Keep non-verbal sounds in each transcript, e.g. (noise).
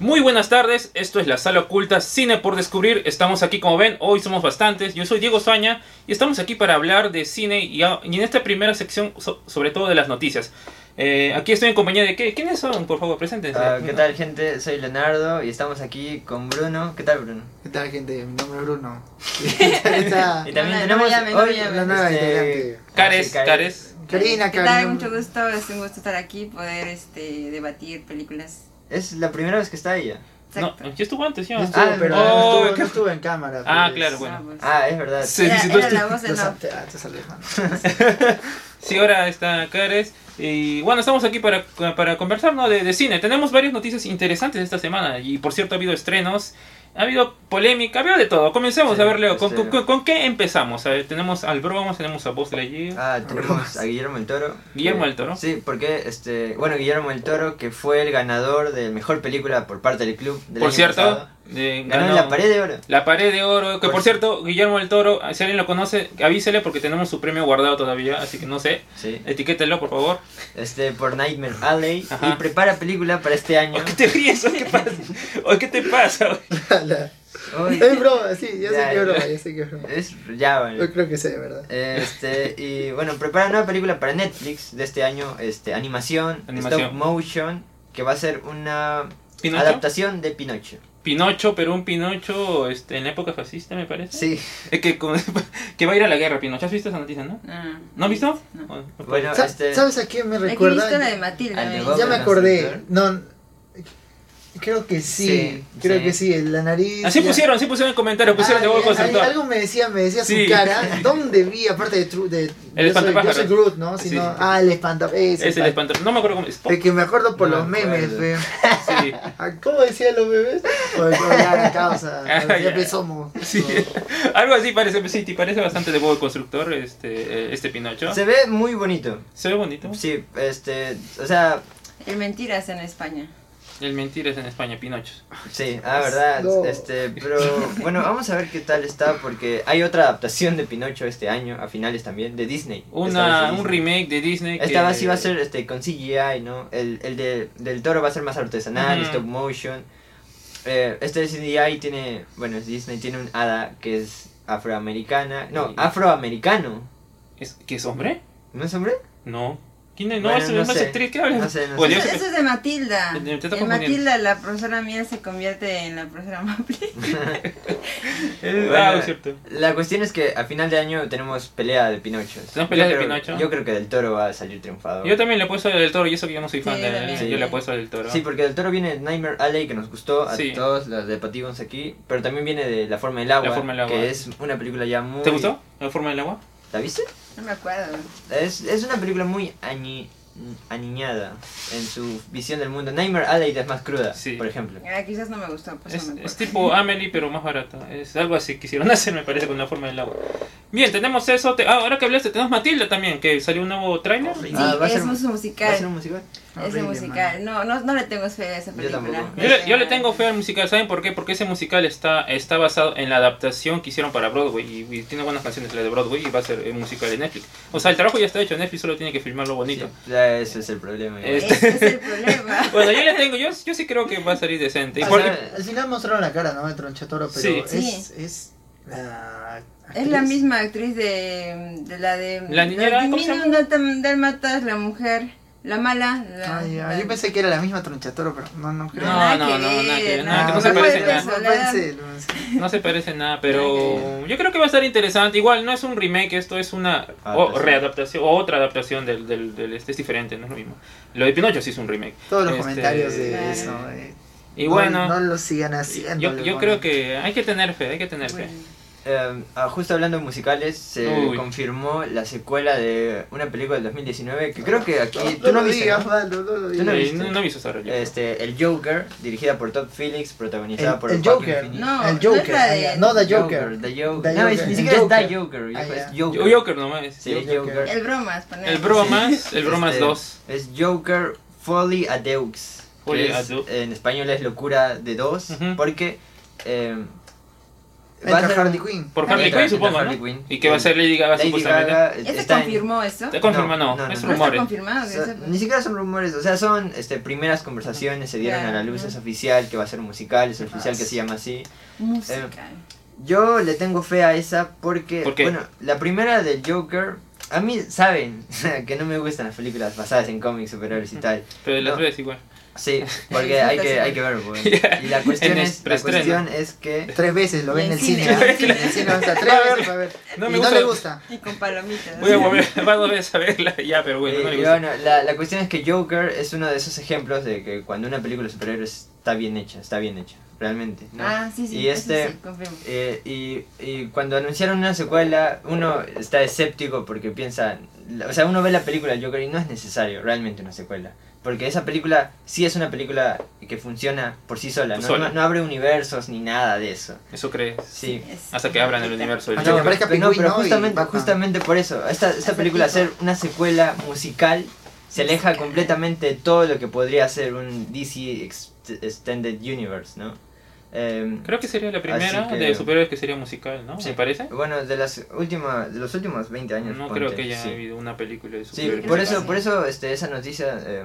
Muy buenas tardes, esto es la sala oculta Cine por Descubrir. Estamos aquí, como ven, hoy somos bastantes. Yo soy Diego Soña y estamos aquí para hablar de cine y, a- y en esta primera sección, so- sobre todo de las noticias. Eh, aquí estoy en compañía de qué? ¿Quiénes son? Por favor, preséntense. Ah, ¿Qué tal gente? Soy Leonardo y estamos aquí con Bruno. ¿Qué tal Bruno? ¿Qué tal, gente? Mi nombre es Bruno. (laughs) Está Y también Ah, Hola, no tenemos me llamen, no hoy me llamen. la nueva este, integrante. Cares, sí, Cares. Cares. Karina, ¿Qué tal? Karina. Mucho gusto, es un gusto estar aquí, poder este, debatir películas. Es la primera vez que está ella. No, Exacto. yo estuve antes, No ya. estuvo, Ah, pero oh, no, estuvo, qué- no estuvo en cámara. Ah, este pues. claro, bueno. Ah, pues. Ah, es verdad. Sí. Era- si tú era la estu- voz en Los off. ante- ah, estás alejando. Sí, ahora está Cares. Y bueno, estamos aquí para, para conversar ¿no? de, de cine. Tenemos varias noticias interesantes esta semana. Y por cierto, ha habido estrenos, ha habido polémica, ha habido de todo. Comencemos Sí, este, a ver, Leo. ¿con, sí. con, con- con qué empezamos? A ver, tenemos al Bromas, tenemos a Buzz Lightyear. Ah, tenemos a Guillermo el Toro. Guillermo Eh, el Toro. Sí, porque este, bueno, Guillermo el Toro que fue el ganador de mejor película por parte del club del Por año cierto, pasado. eh, ganó en la pared de oro. la pared de oro. Que por, Por- cierto, Guillermo del Toro, si alguien lo conoce, avísele porque tenemos su premio guardado todavía. Así que no sé, Sí. etiquételo por favor. Este por Nightmare Alley Ajá. y prepara película para este año. ¿O qué te ríes? ¿O qué pasa? ¿O qué te pasa? Ala. Hoy- (laughs) (laughs) Es broma, sí, ya sé Ya, que es broma, ya. ya sé que es broma. es ya vale. Yo creo que sé, de ¿verdad? Este, y bueno, prepara una película para Netflix de este año, este, animación, Animación. stop motion, que va a ser una ¿Pinocho? adaptación de Pinocho. Pinocho, pero un Pinocho este, en la época fascista, me parece. Sí, Es que, con- (laughs) que va a ir a la guerra, Pinocho. ¿Has visto esa noticia, no? Ah, ¿No has visto? No. Oh, no bueno, Sa- este, ¿Sabes a quién me La que he visto la recuerda? de Matilda. Al de ¿eh? Bob. Ya me ¿El acordé. constructor? No, creo que sí. Sí, Creo sí. que sí, la nariz. Así ya- pusieron, así pusieron en comentarios, pusieron Ah, de huevo ya, al- conceptual. Algo me decía, me decía Sí. su cara. ¿Dónde vi? Aparte de. Tru- de yo, soy, yo espantapájaros. soy Groot, ¿no? Sí, Si no- sí. Ah, el espantapájaros. Es el espanto. No me acuerdo cómo. Spock, De que me acuerdo por No los me memes, acuerdo. fe. sí. Ah, (laughs) ¿Cómo decían los memes? Por Pues, ya la causa. (laughs) Ah, ya ya. empezamos. (laughs) Sí. (laughs) Algo así parece, sí, te parece bastante de huevo constructor este, eh, este Pinocho. se ve muy bonito. Se ve bonito. Sí, este, o sea, El Mentiras en España. El mentir es en España, Pinocho. sí, la verdad, No. este, pero bueno, vamos a ver qué tal está porque hay otra adaptación de Pinocho este año, a finales también, de Disney. Esta Una, vez de un Disney. remake de Disney. Esta vez sí va a ser este, con CGI, ¿no? El, el de- del toro va a ser más artesanal, Ujú. stop motion. Eh, este CGI tiene, bueno, es Disney tiene un hada que es afroamericana. No, Y- afroamericano. ¿Es, ¿Qué es hombre? ¿No es hombre? No. ¿Quién es? No, Bueno, es, no no es sé. actriz. ¿Qué hablas? No sé, no Bueno, sé. Pues yo (laughs) Eso, eso es de Matilda. Te- te está En confundiendo. Matilda la profesora Miel se convierte en la profesora Maple. (laughs) Ah, Bueno, es cierto. La cuestión es que a final de año tenemos pelea de Pinocho. Tenemos pelea Yo de creo- Pinocho. Yo creo que del toro va a salir triunfador. Yo también le apuesto del toro y eso que yo no soy fan Sí, de yo también. Yo le apuesto del toro. Sí, porque del toro viene de Nightmare Alley, que nos gustó a Sí. todos los de Patigons aquí, pero también viene de La Forma del Agua, Forma del Agua. que es una película ya muy... ¿Te gustó? ¿La forma del agua? ¿La viste? No me acuerdo. Es, es una película muy añi- aniñada en su visión del mundo. Nightmare Alley es más cruda, Sí. por ejemplo. Ah, quizás no me gustó, pues Es, no me es acuerdo. tipo Amelie, pero más barata. Es algo así. Quisieron (laughs) hacer, me parece, con la forma del agua. Bien, tenemos eso. te- ah, ahora que hablaste, tenemos Matilda también, que salió un nuevo trailer. Sí, Ah, va a es ser- un ¿Va a ser musical. un musical? Es Horrible, un musical. No, no, no le tengo fe a esa Yo película. tampoco. Yo le, yo le tengo fe al musical, ¿saben por qué? Porque ese musical está, está basado en la adaptación que hicieron para Broadway y, y tiene buenas canciones la de Broadway y va a ser eh, musical de Netflix. O sea, el trabajo ya está hecho, Netflix solo tiene que filmarlo bonito. Sí, ya ese es el problema. igual. Este- Ese es el problema. (laughs) Bueno, yo le tengo, yo, yo sí creo que va a salir (laughs) decente. Y O por- sea, man. Al final mostraron la cara, ¿no? De Tronchatoro, pero Sí. es, Sí. es la. Es la actriz. misma actriz de, de la de... La niñera, ¿cómo se llama? Dalmatas, la mujer, la mala. La, Ay, ay, la- yo pensé que era la misma Tronchatoro, pero no, no creo. No, no, no, nada que ver, Ah, nada, que no se no, no, parece no, nada. no, parece, no parece. no se parece en nada, pero yo creo que va a estar interesante. Igual no es un remake, esto es una o, Adaptación. readaptación, o otra adaptación del, del, del- este es diferente, no es lo mismo. Lo de Pinocho sí es un remake. Todos los Este, comentarios de Claro. eso. eh, Y no- bueno, No, lo sigan haciendo. yo, yo creo que hay que tener fe, hay que tener fe. Bueno, eh, ah, justo hablando de musicales, se Uy. confirmó la secuela de una película del 2019 que creo que aquí. tú no no lo viste. digas, ¿no? Valdo, no lo Tú no digas. Eh, viste. no, no he visto esa reunión. Este, el Joker, dirigida por Todd Phillips, protagonizada El- por el Joaquin Joker. Phoenix. No, el no es Joker, la ah, de- ya. no, The Joker. The Joker. The No, es- Joker, ni el siquiera es Joker. The Joker, viejo, Ah, es ya. Joker. Yo- Joker nomás. este, Sí, El es Joker. El bromas, ponemos. El bromas, el bromas Este, 2. Es Joker Folly Adeux. que Folly es- Adeux. En español es locura de dos, Ujú. porque. Eh, va a Entra ser- Harley Quinn. Por Harley Entra- Quinn, entra supongo, Harley ¿no? Quinn. Y que va a ser Lady Gaga, Lady Ah, supuestamente. Gaga ¿Ese está en- confirmó eso? Te confirma, no, No, no, es eh, no. No está rumores. confirmado. que O sea, ese- ni siquiera son rumores, o sea, son este, primeras conversaciones, se dieron Ya, a la luz, ya. Ah, es oficial, que va a ser musical, es oficial que se llama así. Música. Yo le tengo fe a esa porque, ¿Por qué? bueno, la primera del Joker, a mí saben (laughs) que no me gustan las películas basadas en cómics, superhéroes y tal. Pero las No. ves igual. (laughs) Sí, porque hay que, hay que verlo. pues. Y la cuestión, En es, la preestreno. cuestión es que... Tres veces lo ve en el cine. En el ¿ah? En el cine, o (laughs) sea, tres veces para ver. No Y me no gusta. le gusta. Y con palomitas. Voy a volver, (laughs) va dos veces a verla ya, pero bueno, no eh, me y gusta. bueno, la, la cuestión es que Joker es uno de esos ejemplos de que cuando una película de superhéroes está bien hecha, está bien hecha, realmente. ¿no? Ah, sí, sí. Y eso este- sí, confirmo. Eh, y, y cuando anunciaron una secuela, uno está escéptico porque piensa, o sea, uno ve la película del Joker y no es necesario realmente una secuela. Porque esa película sí es una película que funciona por sí sola, no, Sola. no- no abre universos ni nada de eso. Eso crees. Sí. Es- Hasta que abran el universo del Hasta que Joker. aparezca Pero Ah, no, pero Pingüino y justamente, Batman. justamente por eso, esta, esta Es película épico. ser una secuela musical se aleja Musical. completamente de todo lo que podría ser un DC Ex- Extended Universe, ¿no? Em, Creo que sería la primera Así que- de superhéroes que sería musical, ¿no? Sí. ¿Me parece? Bueno, de las últimas, de los últimos 20 años. No ponte, creo que haya sí. habido una película de Sí, superhéroes. por que eso, pase. por eso, este, esa noticia. eh,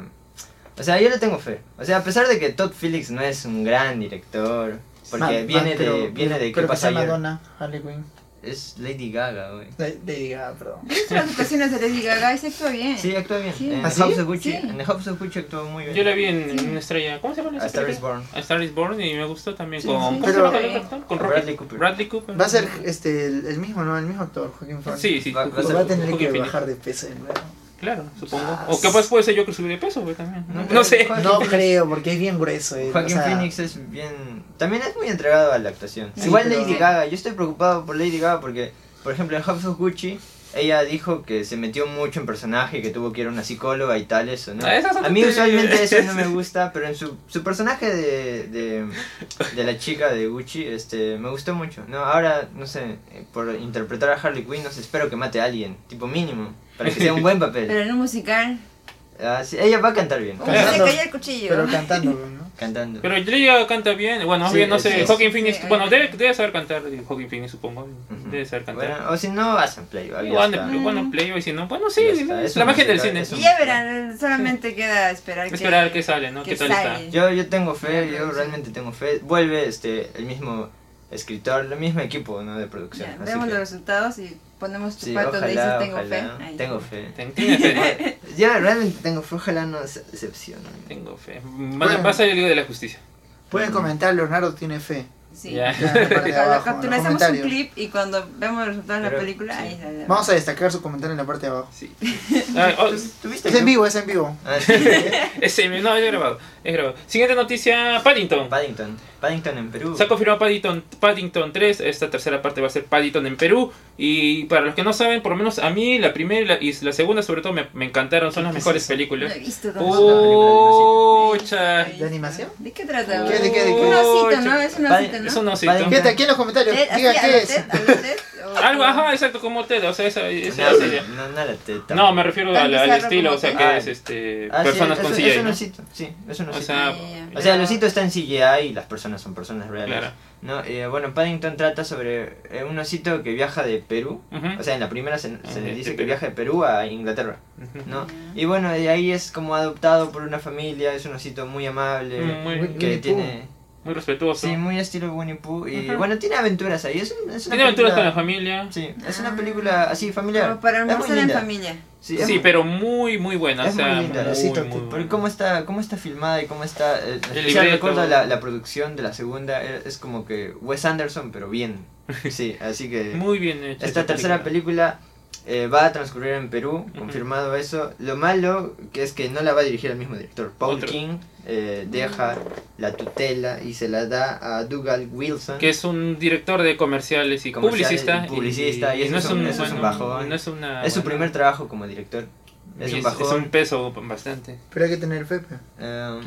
o sea, yo le tengo fe. O sea, a pesar de que Todd Phillips no es un gran director, porque Mal, viene mal, de, pero- viene de qué pero que pasa sea ayer. Madonna, Harley Quinn. Es Lady Gaga, güey. Le- le diga, ah, perdón. Yo he visto las actuaciones de Lady Gaga y se actúa bien. Sí, actúa bien. Sí. En ¿Ah, The sí? House of Gucci, Sí. en The House of Gucci actuó muy bien. Yo la vi en, Sí. en una estrella. ¿Cómo se llama esa A Star is película? Born. A Star is Born y me gustó también Sí, con. sí. ¿Cómo se llama el Pero- otro actor? Con eh, Con Rocky- Bradley Cooper. Bradley Cooper. Va a ser este, el, el mismo, ¿no? El mismo actor, Joaquín Phoenix. Sí, sí. Va- va a Pero justo- va a tener justo que infinito. bajar de peso de nuevo. Claro, supongo. Ah, O capaz puede ser Joker subir de peso, güey, también. No, No, no sé. Joaquin No Phoenix. creo, porque es bien grueso. él, o Joaquin sea, Phoenix es bien. También es muy entregado a la actuación. Sí, Igual pero- Lady Gaga, yo estoy preocupado por Lady Gaga porque, por ejemplo, en House of Gucci, ella dijo que se metió mucho en personaje, que tuvo que ir a una psicóloga y tal, eso, ¿no? Ah, esas son A mí tus usualmente teorías. (laughs) eso no me gusta, pero en su, su personaje de, de, de la chica de Gucci, este, me gustó mucho. No, ahora, no sé, eh, por interpretar a Harley Quinn, no sé, espero que mate a alguien, tipo mínimo, para que sea un buen (laughs) Pero papel. en un musical. Ah, sí, ella va a cantar bien, Uy, Claro. se le cayó el cuchillo. Pero cantando, ¿no? cantando. Pero Lady Gaga canta bien. Bueno, más Sí, eh, bien, no sé. sí, Joaquin sí. Phoenix. Sí, bueno, ahí- debe, debe saber cantar. eh, Joaquin Phoenix, supongo. Ujú. Debe saber cantar. Bueno, o si no, hacen playback. ya Igual de está. play, bueno, Playboy, si no, bueno, sí, Ya está, es eso la no magia se del cae, cine. eso Y ya verán, solamente queda esperar que. Esperar que sale, ¿no? que ¿Qué tal sale. está? Yo, yo tengo fe, yo realmente tengo fe. Vuelve este el mismo escritor, el mismo equipo ¿no? de producción. Ya, así vemos que- los resultados y ponemos tu sí, pato donde ojalá, dices tengo ojalá. fe. Ahí. Tengo fe. Ten- tiene (laughs) fe, Yo realmente tengo fe, ojalá no se decepcionen. Tengo fe. Va, va a salir el Liga de la Justicia. Pueden comentar, Leonardo tiene fe. Sí. Ya. (laughs) Ya, en la parte de abajo, en los Cuando captura- hacemos un comentarios. clip y cuando vemos los resultados de la Pero- película, sí. ahí sale. Vamos a destacar su comentario en la parte de abajo. Sí. Ah, oh, ¿Tuviste Es en vivo, es en vivo. Ah, sí, ese, no, es grabado, es grabado. Siguiente noticia, Paddington. Paddington. Paddington en Perú. Se ha confirmado Paddington, Paddington 3, esta tercera parte va a ser Paddington en Perú. Y para los que no saben, por lo menos a mí la primera y la, y la segunda sobre todo me, me encantaron, son las ¿Qué es mejores eso? No películas. he visto cómo se llama. Pucha. ¿De animación? ¿De qué trata? ¿Qué, de qué, de qué? Un osito, Pucha. ¿no? Es un Vale, osito, ¿no? Es un osito. Paddington. Fíjate aquí en los comentarios, Ted, Eh, así, diga a lo qué es. Ted, a lo Ted, (laughs) o- Algo, ajá, exacto, como Ted, o sea, esa, esa No, sería. no, no la teta. No, me refiero Tan al, al bizarro estilo, como o sea, que- que es este, Ah, sí, personas es- con es- silla. Es un ¿no? osito, sí, es un O osito. sea, Ya, ya. O sea, el osito está en CGI y las personas son personas reales. Claro. No, eh, bueno, Paddington trata sobre eh, un osito que viaja de Perú. Ujú. O sea, en la primera se, se de- le de dice que Perú. viaja de Perú a Inglaterra, Ujú. ¿no? Ya. Y bueno, de ahí es como adoptado por una familia, es un osito muy amable, Mm, muy- que Winnie tiene... Muy respetuoso. Sí, muy estilo Winnie Pooh, y Ujú. bueno, tiene aventuras ahí, es, un- es una Tiene aventuras con la película- familia. Sí, Sí, es una película así, familiar. Ah. Como para Es muy almorzar en linda. familia. Sí, es muy- pero muy, muy buena. Es o sea, muy linda, muy, sí, muy porque- buena. Pero cómo está, cómo está filmada y cómo está... eh, en especial libreto. recuerdo la, la producción de la segunda, eh, (laughs) es como que Wes Anderson, pero bien. Sí, así que... Muy bien hecha. Esta esa tercera película Eh, va a transcurrir en Perú, confirmado eso. Lo malo que es que no la va a dirigir el mismo director. Paul Otro. King eh, deja la tutela y se la da a Dougal Wilson. que es un director de comerciales y Comerciales y publicista. publicista, y eso es un- eso es un bajón. No es, una, Es su buena- primer trabajo como director. y Es un es un bajón. peso bastante. Pero hay que tener fe. pues. pe. Em,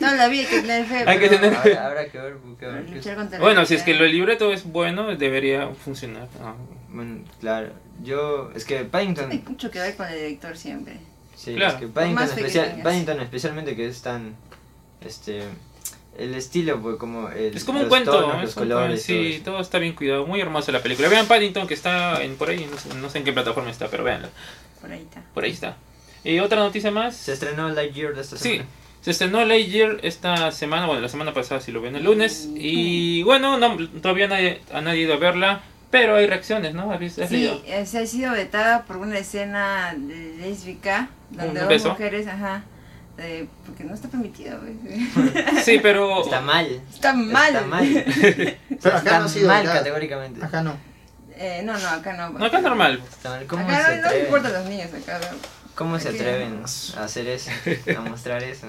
No, la vi, hay que tener fe. (laughs) Hay que pero- tener- habrá, habrá que ver. que ver qué es. luchar contra la Bueno, si es que ansiedad. el libreto es bueno, debería funcionar. Ah, Bueno, claro. Yo, es que Paddington. Hay mucho que ver con el director siempre. Sí, Claro. es que Por Paddington, más fe que especial- tengas. Paddington especialmente que es tan... Este, el estilo, pues como... El, Es como un los cuento, tonos, es los como- colores. todo sí, eso. todo, está bien cuidado, muy hermosa la película. Vean Paddington que está en, por ahí, no sé, no sé en qué plataforma está, pero véanla, Por ahí está. por ahí está. Y otra noticia más. Se estrenó Lightyear de esta Sí, semana. se estrenó Lightyear esta semana, bueno, la semana pasada si lo ven el lunes. Y bueno, no, todavía nadie, ha nadie ido a verla, pero hay reacciones, ¿no? ¿Has visto? ¿Has leído? Sí, eh, se ha sido vetada por una escena lésbica Un donde dos beso. mujeres, ajá, eh, porque no está permitido. güey. Sí, pero... Está mal. está mal. Está mal. (laughs) Pero acá está no ha sido mal nada. categóricamente. Acá no. Eh, no, no, acá no. No, acá es normal. Está mal. ¿Cómo se Acá no, no atreven? importa los niños, acá. ¿no? ¿Cómo se Aquí. atreven (laughs) a hacer eso? A mostrar eso.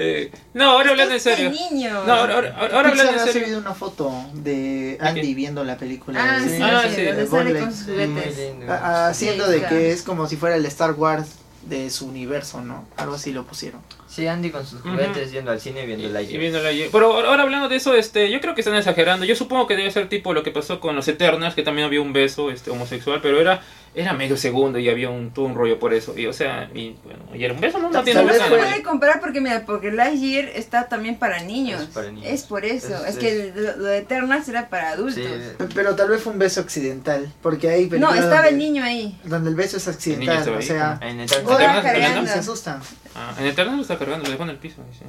Eh, no, ahora hablando en Este serio. niño. No, ahora, ahora, ahora hablando Pixar en ha serio. subido una foto de ¿De Andy viendo la película. Ah, de- sí, Ah, sí, sí. donde sale con Borderlands. sus Muy juguetes. lindo. a- a- haciendo de Sí, que claro. es como si fuera el Star Wars de su universo, ¿no? Algo así lo pusieron. Sí, Andy con sus Ujú. juguetes yendo al cine y viendo Y- y Lightyear. viendo Lightyear. Pero ahora ahora hablando de eso, este, yo creo que están exagerando. Yo supongo que debe ser tipo lo que pasó con los Eternas, que también había un beso este, homosexual, pero era era medio segundo y había un, todo un rollo por eso. Y o sea, y, bueno, y era un beso, no, no Tal- tiene tal vez Se nada. fue- puede comprar porque mira, porque Lightyear está también para niños. Es para niños. Es por eso. Es- Es, que lo, lo de Eternas era para adultos. Sí, P- Pero tal vez fue un beso accidental, porque ahí no, estaba el niño ahí. Donde el beso es accidental, estaba o ahí. sea, en el Ahora Eternas, y cargando. se asustan. Ah, en Eternas lo está cargando, lo dejó en el piso. sí.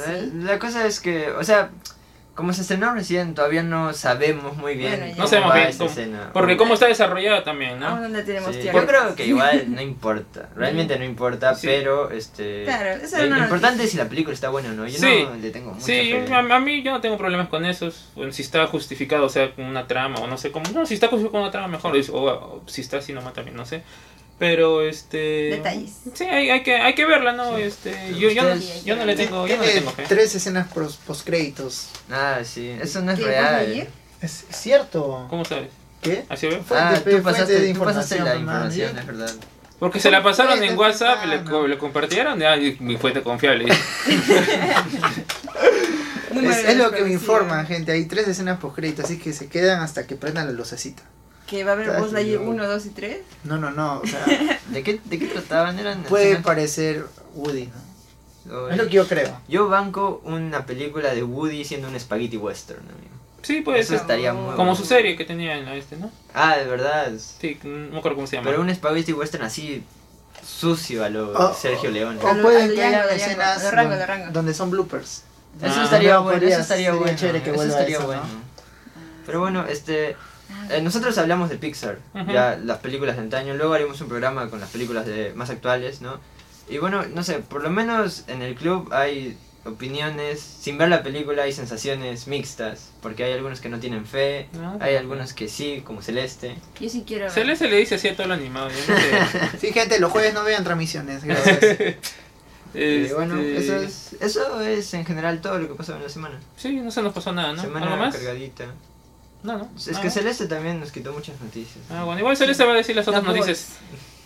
¿Ah, Eh, La cosa es que, o sea, como se estrenó recién, todavía no sabemos muy bien Bueno, ya. No sabemos va bien esa cómo- escena. Porque cómo está desarrollada también, Aún ¿no? Ah, no le tenemos Sí, tiempo. yo creo que igual no (laughs) importa, realmente no importa, Sí. pero este Claro, eso lo, era una importante es si la película está buena o no. Yo Sí. no le tengo mucha Sí, fe. yo- a, a mí yo no tengo problemas con eso. Bueno, si está justificado, o sea, con una trama, o no sé cómo. No, si está justificado con una trama, mejor. O, o si está así nomás también, no sé. Pero este. Detalles. Sí, hay, hay que, hay que verla, ¿no? Este, yo, yo, no- Ustedes- yo no le tengo, yo no le Tiene tengo fe. tres escenas pros- postcréditos. Ah, sí, eso no es ¿Qué, vas a ir? real. Es Eh, cierto. ¿Cómo sabes? ¿Qué? ¿Así veo? Ah, Fuente, tú fuente pasaste, tú de pasaste información, la man, información, ¿sí? es verdad. Porque se la pasaron en Fuente WhatsApp, le, Ah, cercana. co- lo compartieron, ya, y mi fuente confiable. (laughs) Número Es, de es lo que me desconocido. informan, gente. Hay tres escenas postcréditos, así que se quedan hasta que prendan la lucecita. Que va a haber Ay, Buzz Lightyear no. 1, 2 y 3. No, no, no. O sea, (laughs) ¿De qué, de qué trataban? Eran puede escenas- parecer Woody, ¿no? o- Es lo que yo creo. Yo banco una película de Woody siendo un spaghetti western, amigo. Sí, pues, Eso es estaría muy como bueno. su serie que tenía en la este, ¿no? Ah, de verdad. Sí, no me acuerdo cómo se llama. Pero un spaghetti western así sucio a lo Oh, Sergio León. O lo- a pueden lo que Django, haya a lo Django, escenas a lo Rango, don- a lo Rango. donde son bloopers. Eso Ah. estaría Pero bueno, podría- eso estaría sería bueno. chévere que eso vuelva estaría eso, bueno. ¿no? Pero bueno, este Ah, eh, nosotros hablamos de Pixar, Ujú. ya las películas de antaño, luego haremos un programa con las películas de más actuales, ¿no? Y bueno, no sé, por lo menos en el club hay opiniones, sin ver la película hay sensaciones mixtas, porque hay algunos que no tienen fe, Ah. hay algunos que sí, como Celeste. Yo sí quiero ver. Se le, se le dice así a todo lo animado. Yo no (laughs) sé. Este, Sí, gente, los jueves no vean transmisiones. (laughs) Gracias. Y Este, bueno, eso es, eso es en general todo lo que pasó en la semana. Sí, no se nos pasó nada, ¿no? Semana ¿Algo más? cargadita. No, no. Es nada. que Celeste también nos quitó muchas noticias. Ah, bueno, igual Celeste va a decir las otras The noticias.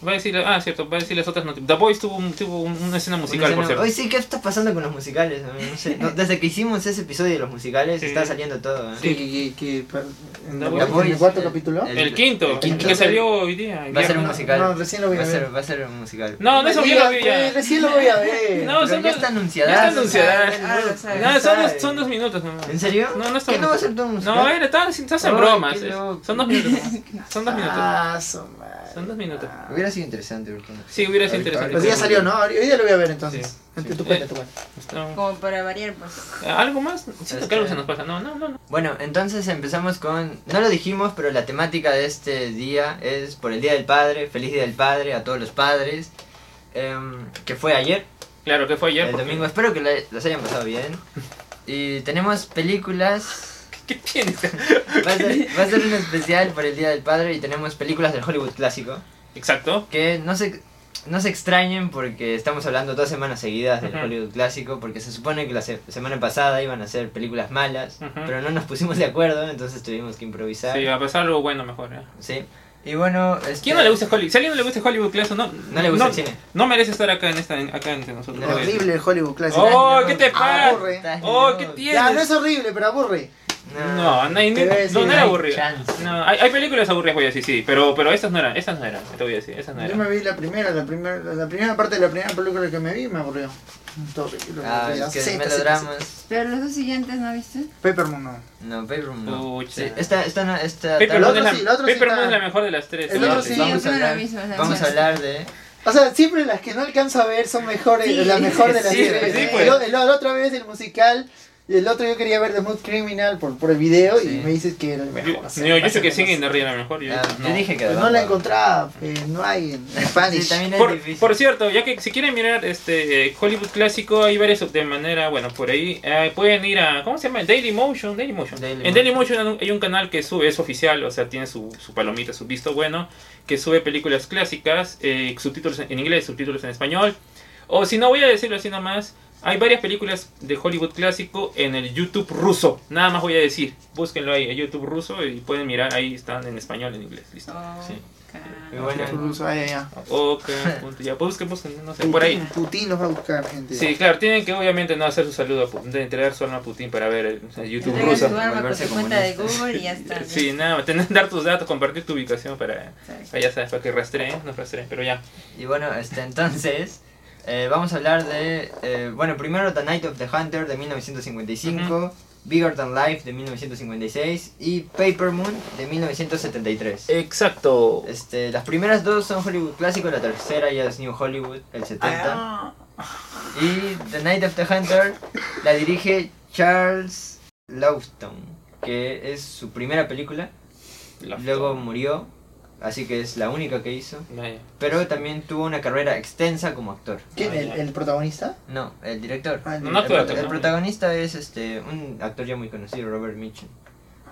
Va a decir, ah, cierto, va a decir las otras noticias. The Boys tuvo, un- tuvo un- una escena musical, Una por cierto. escena- Oye, sí, ¿qué está pasando con los musicales? No, no sé. (laughs) No, desde que hicimos ese episodio de los musicales Sí. está saliendo todo. ¿eh? Que- que- que- que- en, La el- voy- en el cuarto capítulo? El, quinto, el quinto. que salió hoy día. Va a ser viernes. un musical. No, recién lo voy a va, a ver. ser, va a ser un musical. No, no, eso yo lo vi ya. Pues, Recién lo (laughs) voy a ver. No, Pero son ya dos- está anunciada. ya está anunciada. Ah, lo sabes. No, son dos, sabe. son dos minutos nomás. ¿En serio? No, no está ¿Qué no va a mal. ser todo un musical? No, era, estaba, se hacen Ay, bromas. qué es- loco. Son dos minutos. Son dos minutos. Ah, su madre. Son dos minutos. Hubiera sido interesante. ¿verdad? Sí, hubiera sido Ahorita- interesante. Pues ya salió, ¿no? Hoy día lo voy a ver entonces. Sí, Gente, sí. tú cuenta, tú cuenta. Está- Como para variar, pues. ¿Algo más? Siento que Este- algo se nos pasa. No, no, no. no. Bueno, entonces empezamos con. No lo dijimos, pero la temática de este día es por el Día del Padre. Feliz Día del Padre a todos los padres. em, que fue ayer. Claro que fue ayer. el porque- domingo. Espero que la- las hayan pasado bien. Y tenemos películas (laughs) ¿Qué tienes? (laughs) Va a, ser, va a ser un especial por el Día del Padre y tenemos películas del Hollywood clásico. Exacto. Que no se, no se extrañen porque estamos hablando dos semanas seguidas del Ujú. Hollywood clásico. Porque se supone que la se- semana pasada iban a ser películas malas, Ujú. pero no nos pusimos de acuerdo, entonces tuvimos que improvisar. Sí, a pesar algo bueno mejor. ¿eh? Sí. Y bueno, este, ¿Quién no le gusta Hollywood? Si a alguien no le gusta Hollywood Clásico, no, No le gusta el cine. No merece estar acá en esta, en- acá entre nosotros. No, Horrible el Hollywood Classic. Oh, ¿qué te pasa? Aburre. Oh, ¿qué No, tienes? Ya, no es horrible, pero aburre. No, no, hay- Te voy a no, decir, no no era hay aburrida. chance. No, hay, hay películas aburridas, voy a decir, sí, pero, pero estas no eran, estas no eran, te voy a decir, estas no Yo eran. me vi la primera, la primera, la primera parte de la primera película que me vi me aburrió. Todo horrible, Ah, aburrida. es que Zeta, zeta, melodramas. Pero los dos siguientes, ¿no viste? zeta. Paperman no. No, Paper Moon. No. Pucha. Sí, esta, esta, no- esta Paper el Moon otro es la, sí, el otro sí Paper Moon está- es la mejor de las tres. el ¿no? otro Sí. sí. vamos, yo a no la hablar, vi, son las vamos a mías. hablar de. O sea, siempre las que no alcanzo a ver son mejores, Sí, la mejor de las sí, tres. sí, pues. El o- el- La otra vez el musical, y el otro yo quería ver The Mood Criminal por, por el video Sí. y me dices que era el Yo, mejor. o sea, no, yo más sé o que menos. siguen de río la mejor. Yo, Ah, no. Yo dije que. Pues no la encontraba, eh, no hay en (laughs) Spanish. Sí, también es Por, difícil. por cierto, ya que si quieren mirar este eh, Hollywood clásico, hay varias de manera, bueno, por ahí eh, pueden ir a, ¿cómo se llama? Daily Motion, Daily Motion. Daily en Daily Motion hay un canal que sube, es oficial, o sea, tiene su, su palomita, su visto bueno, que sube películas clásicas, eh, subtítulos en inglés, subtítulos en español. O si no, voy a decirlo así nomás, hay varias películas de Hollywood clásico en el YouTube ruso, nada más voy a decir, búsquenlo ahí, el YouTube ruso y pueden mirar, ahí están en español, en inglés, listo. Oh, Sí. cara. Y bueno, Incluso, ay, ay, ay. Ok, punto, ya, pues busquen, busquen, no sé, por ahí. Putin- Putin nos va a buscar, gente. Sí, claro, tienen que obviamente no hacer su saludo, a Pu- de entregar su arma a Putin para ver el, el YouTube Entrega rusa. tu ruso. arma con Volverse tu cuenta de comunista. Google y ya está. este. Sí, nada, tener, (laughs) dar tus datos, compartir tu ubicación para, Exacto. para ya sabes, para que rastreen, no rastreen, pero ya. y bueno este, entonces. eh, vamos a hablar de. eh, bueno, primero The Night of the Hunter de 1955. Bigger Than Life de 1956 y Paper Moon de 1973. Exacto. Este, las primeras dos son Hollywood clásico, la tercera ya es New Hollywood, el 70. Ah, Y The Night of the Hunter la dirige Charles Laughton, que es su primera película. Luego murió, así que es la única que hizo. Pero también tuvo una carrera extensa como actor. ¿Quién? ¿El, el protagonista? No, el director. Ah, el- No, no, el, actor, prota- actor, el ¿no? protagonista es este un actor ya muy conocido, Robert Mitchum.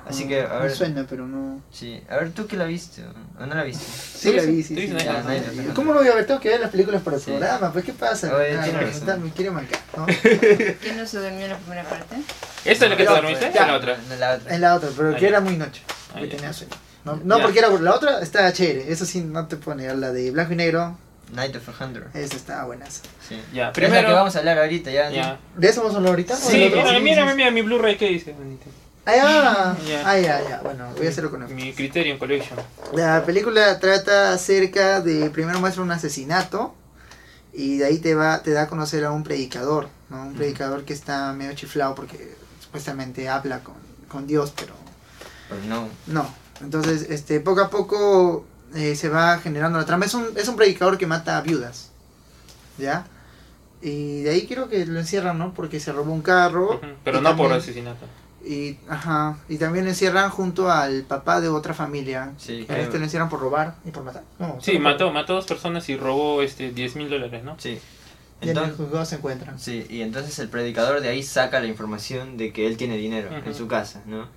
Así que, a Ah, Me ver, suena, pero no. sí, a ver tú que la viste o no la viste. Sí, la vi, Tú sí. sí. dices, "Ay, Ah, no, no, no". ¿Cómo no voy a ver? Tengo que ver las películas para el Sí. programa. Pues, ¿qué pasa? Oye, Ah, tiene me razón. está- me quiere marcar, ¿no? ¿Quién no se durmió en la primera parte? ¿Esta es la que te No, dormiste? ya. ¿O la otra? No, la otra. Es la otra, pero que Ah, era muy noche. Ah, Porque ya. tenía sueño. No, no, Ya. porque era la otra, estaba chévere. Eso sí, no te puedo negar. La de blanco y negro, Night of the Hunter. esa estaba buena. (laughs) Sí. Ya, Pero es la primero. que vamos a hablar ahorita ya. ¿no? Ya. ¿De eso vamos a hablar ahorita? ¿O Sí, del otro? mira, mira, sí. mira mi Blu-ray, ¿qué dice? manito? Ah, ya. Ya. Ah, ya, ya. Bueno, voy a hacerlo con él. Mi Criterion Collection. La película trata acerca de, primero muestra un asesinato y de ahí te va te da a conocer a un predicador, ¿no? Un predicador que está medio chiflado porque supuestamente habla con, con Dios, pero Pero pues, no. no. Entonces, este, poco a poco eh, se va generando la trama. Es un, es un predicador que mata a viudas, ¿ya? Y de ahí creo que lo encierran, ¿no? Porque se robó un carro. Ujú, Pero Oh, y no por también- asesinato. y, ajá, y también lo encierran junto al papá de otra familia. Sí, A que- este lo encierran por robar y por matar. No, Sí, solo por- mató, mató a dos personas y robó este 10 mil dólares, ¿no? Sí. Y en el Entonces, juzgado se encuentran. sí, y entonces el predicador de ahí saca la información de que él tiene dinero Ujú. en su casa, ¿no?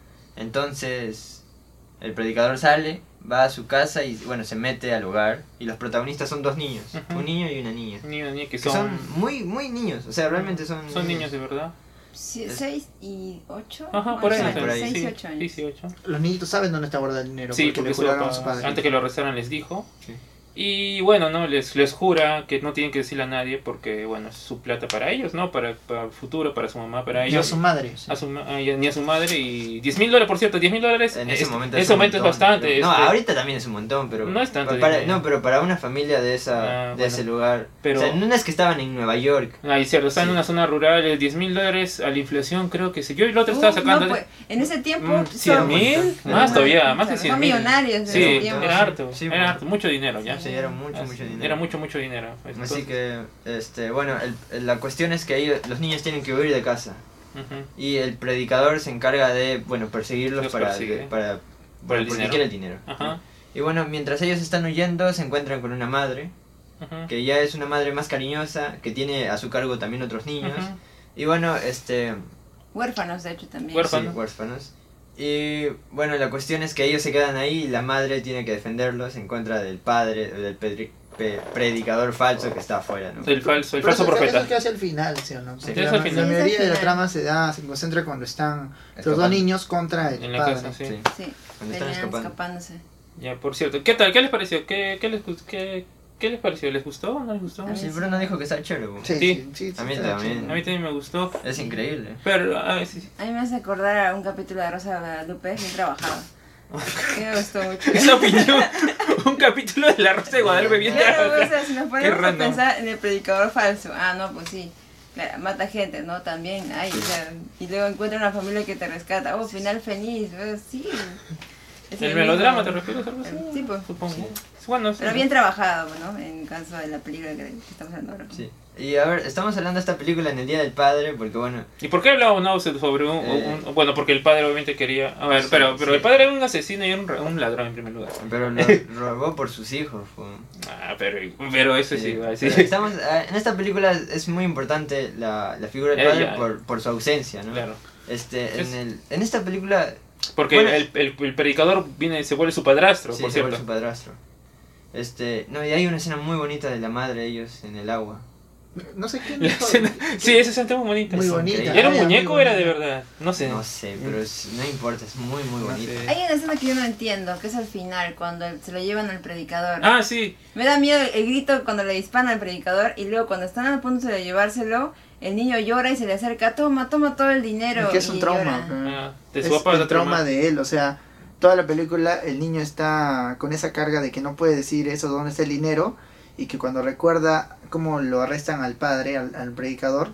Entonces, el predicador sale, va a su casa y, bueno, se mete al hogar. Y los protagonistas son dos niños, Ujú. un niño y una niña. Niños, niños que Que son muy, muy niños, o sea, realmente son... Son niños de verdad. Sí, Es- ¿Seis y ocho? Ajá, por ahí. Ocho no sé. por años, ahí. Sí, Seis y ocho años. 18. Los niñitos saben dónde está guardado el dinero Sí, porque porque le su juraron a papá, su padre. antes que lo arrestaran les dijo. Sí. Y bueno, no les, les jura que no tienen que decirle a nadie porque, bueno, es su plata para ellos, ¿no? Para, para el futuro, para su mamá, para Y a ellos. su madre. a su ma- a- ni a su madre. Y 10 mil dólares, por cierto, 10 mil dólares. En ese momento es, un momento es montón, bastante. pero- No, este, ahorita también es un montón, pero... No es tanto pa- para- dinero. no, pero para una familia de, esa, Ah, de bueno. ese lugar... Pero- O sea, no es que estaban en Nueva York, Ahí cierto, está en Sí. una zona rural, eh, 10 mil dólares a la inflación, creo que sí. Yo el otro estaba Uh, sacando. no, pues, en ese tiempo. Mm, 100 son- mil, son- más son- todavía, más de son 100 mil. millonarios en Sí, ese tiempo. era harto, Sí, era bueno. harto, mucho dinero ya. Sí, era mucho, Así, mucho dinero. Era mucho, mucho dinero. Así Entonces, que, este, bueno, el- el- la cuestión es que ahí los niños tienen que huir de casa. ujú. Y el predicador se encarga de, bueno, perseguirlos Los para, persigue. para, Por el porque dinero. quiere el dinero. Ajá. Y bueno, mientras ellos están huyendo, se encuentran con una madre, ujú, que ya es una madre más cariñosa, que tiene a su cargo también otros niños. ujú. Y bueno, este... Huérfanos, de hecho, también. Huérfanos. sí, huérfanos. Y bueno, la cuestión es que ellos se quedan ahí y la madre tiene que defenderlos en contra del padre, del pedri- pe- predicador falso que está afuera, ¿no? El falso, el Pero falso eso- profeta. Eso es que hace al final, ¿sí o no? Sí, Porque eso la, al final. la Sí, eso al mayoría de la final. trama se da, se concentra cuando están los dos Escapando. niños contra el En la padre. casa, sí. Sí. Sí, Cuando están venían escapando. escapándose. Ya, por cierto. ¿Qué tal? ¿Qué les pareció? ¿Qué, qué les, gust- qué, qué les pareció? ¿Les gustó o no les gustó? A mí Sí, Bruno dijo que está chévere, bu. Sí, Sí. sí, sí, sí, A mí está también. A mí también me gustó. Es increíble. Pero, ah, sí, (laughs) sí. A mí me hace acordar a un capítulo de Rosa Guadalupe bien (laughs) trabajado. Que me gustó mucho. Esa (laughs) opinión, un capítulo de La Rosa de Guadalupe bien Claro, pues, largo. o sea, si nos ponemos a random. pensar en el predicador falso, ah, no, pues sí, claro, mata gente, ¿no? También, ay, o sea, y luego encuentra una familia que te rescata, oh, final feliz, eh, sí. Es El melodrama, ¿te mismo. refieres a algo así? Sí, pues. Supongo. Bueno, sí. Pero bien trabajado, ¿no? En caso de la película que que estamos hablando ahora. Sí. Y a ver, estamos hablando de esta película en el Día del Padre porque, bueno, ¿Y por qué hablaba no sobre un, Eh. un- Bueno, porque el padre obviamente quería... A ver, Sí, pero, pero sí. el padre era un asesino y era un, ra- un ladrón en primer lugar. (laughs) pero lo robó por sus hijos. bu. Ah, pero, pero eso sí, va, sí. (laughs) Pero Estamos, ah, en esta película es muy importante la, la figura del Eh, padre ya. por, por su ausencia, ¿no? Claro. Este, Es- en, el, en esta película Porque Bueno. el, el, el predicador viene, se vuelve su padrastro, Sí, por se vuelve cierto. su padrastro. Este, no, y hay una escena muy bonita de la madre de ellos en el agua. No sé quién La dijo- escena- sí, esa escena está muy bonita. Muy es bonita. increíble. ¿Era un Ay, muñeco o amigo. era de verdad? No sé. No sé, pero es- no importa, es muy, muy No bonita. sé. Hay una escena que yo no entiendo, que es al final, cuando el- se lo llevan al predicador. Ah, sí. Me da miedo el, el grito cuando le disparan al predicador y luego cuando están a punto de llevárselo, el niño llora y se le acerca, toma, toma todo el dinero. Es que es un y trauma. llora. ¿no? Ah, te Es subo para el otro trauma más. de él, o sea, toda la película el niño está con esa carga de que no puede decir eso, dónde está el dinero, y que cuando recuerda cómo lo arrestan al padre, al, al predicador,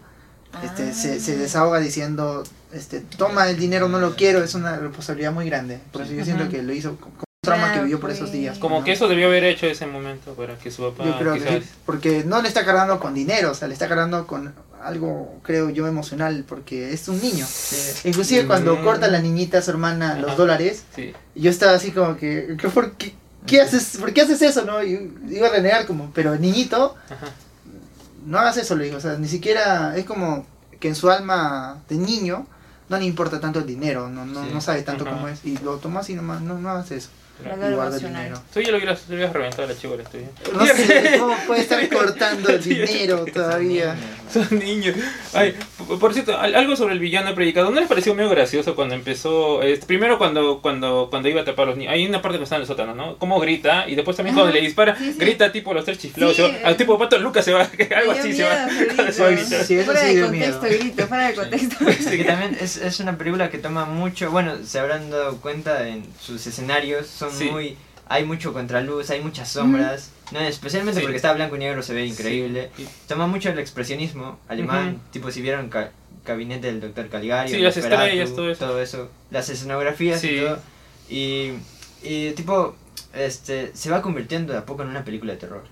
este, Ah, se, se desahoga diciendo, este, toma el dinero, no lo quiero, es una responsabilidad muy grande. Por eso yo siento Ujú. que lo hizo con, con un trauma que Claro, vivió por pues. esos días. Como ¿no? que eso debió haber hecho ese momento para que su papá Yo creo que quizás... sí, porque no le está cargando con dinero, o sea, le está cargando con algo, creo yo, emocional, porque es un niño. Sí. Inclusive cuando Mm. corta la niñita a su hermana los Ajá. dólares, Sí. y Yo estaba así como que, ¿qué- ¿por qué, qué haces, ¿por qué haces eso? no Y iba a renegar como, pero niñito, Ajá. no hagas eso, le digo. O sea, ni siquiera es como que en su alma de niño no le importa tanto el dinero, no, no, Sí. no sabe tanto Ajá. cómo es. Y lo tomas y nomás, no, no hagas eso. Claro. Valor y guarda el emocional. dinero. Tú ya lo hubieras, lo hubieras reventado a la chica, la estudia. (laughs) No sé cómo puede estar cortando el dinero todavía. (laughs) Son niños. Ay, p- por cierto, al- algo sobre el villano predicado. ¿No les pareció medio gracioso cuando empezó? este, primero cuando, cuando, cuando iba a tapar a los niños. Hay una parte que está en el sótano, ¿no? Cómo grita y después también Ajá, cuando le dispara, sí, sí. grita tipo los tres chiflados. Sí, se va- eh. al tipo Pato Lucas se va, (laughs) algo Me dio así se miedo va. (laughs) ese grito. se va a gritar. Sí, eso fuera sí de dio contexto, miedo. grito, fuera de contexto. (laughs) (laughs) Que también es, es una película que toma mucho, bueno, se habrán dado cuenta en sus escenarios, son Sí. muy, hay mucho contraluz, hay muchas sombras, no, especialmente Sí. porque está blanco y negro se ve increíble, Sí. toma mucho el expresionismo alemán, tipo si vieron Ca- Gabinete del Doctor Caligari, Sí, el las Nosferatu, estrellas, todo eso. las escenografías Sí. y todo, y, y, tipo, este, se va convirtiendo de a poco en una película de terror,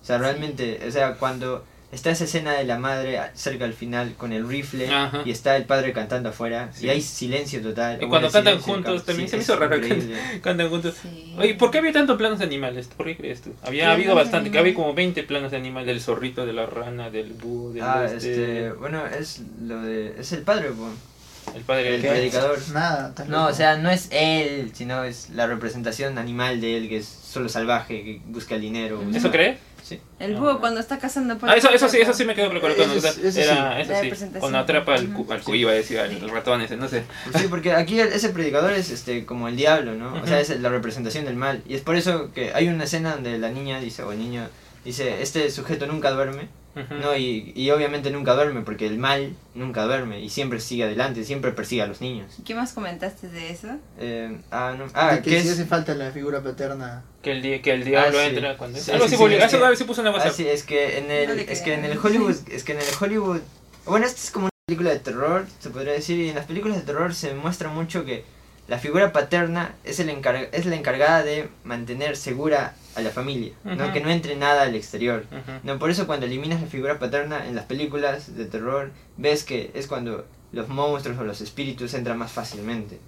o sea, realmente, o sea, cuando... Está esa escena de la madre a- cerca al final con el rifle Ajá. y está el padre cantando afuera Sí. y hay silencio Y total. Bueno, cuando cantan silencio, juntos ca- también sí, se me es hizo raro. (laughs) increíble. Cantan juntos. Sí. Oye, ¿por qué había tantos planos de animales? ¿Por qué crees tú? Había Planos habido de bastante, que había animales. como 20 planos de animales, del zorrito, de la rana, del búho, del Ah, este, este, bueno, es lo de es el padre, po. el padre el del ¿Qué? predicador. Nada, estás No, loco. o sea, no es él, sino es la representación animal de él que es solo salvaje, que busca el dinero. busca- ¿Eso crees? Sí. El búho cuando está cazando por Ah, eso, eso sí, eso sí me quedó claro. Cuando, Eso era, es- eso sí. La eso sí. representación. Cuando atrapa al, cu- al cu- iba a decir, al Sí. ratón ese, no sé. Pues Sí, porque aquí el- ese predicador es este como el diablo, ¿no? O sea, es la representación del mal. Y es por eso que hay una escena donde la niña dice, o el niño dice, este sujeto nunca duerme. Ujú. No, y, y obviamente nunca duerme, porque el mal nunca duerme y siempre sigue adelante, siempre persigue a los niños. ¿Qué más comentaste de eso? Eh, ah, no. Ah, De que que sí es, hace falta la figura paterna. Que el, di- que el diablo Ah, sí. entra cuando Sí, Algo sí, así, sí, publicó- es eso que- algo así puso en la ah, WhatsApp. sí, es que en No el, le es que en el crean. Hollywood, es que en el Hollywood, bueno, esta es como una película de terror, se podría decir, y en las películas de terror se muestra mucho que la figura paterna es, el encarga- es la encargada de mantener segura a la familia, Ujú. ¿no? que no entre nada al exterior. Ujú. No, por eso cuando eliminas la figura paterna en las películas de terror, ves que es cuando los monstruos o los espíritus entran más fácilmente.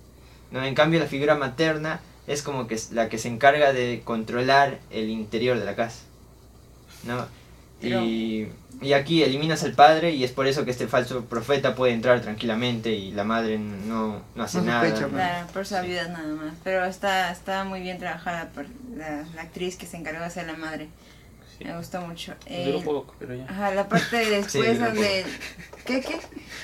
¿no? En cambio, la figura materna es como que es la que se encarga de controlar el interior de la casa. ¿no? Y, y aquí eliminas al padre y es por eso que este falso profeta puede entrar tranquilamente y la madre no, no hace No nada. sospecha, pues. Claro, por su vida nada más. Pero está, está muy bien trabajada por la, la actriz que se encargó de ser la madre. Sí. Pues Me gustó mucho. Duró Eh, poco, pero ya. Ajá, la parte de después duró donde... ¿Qué, qué?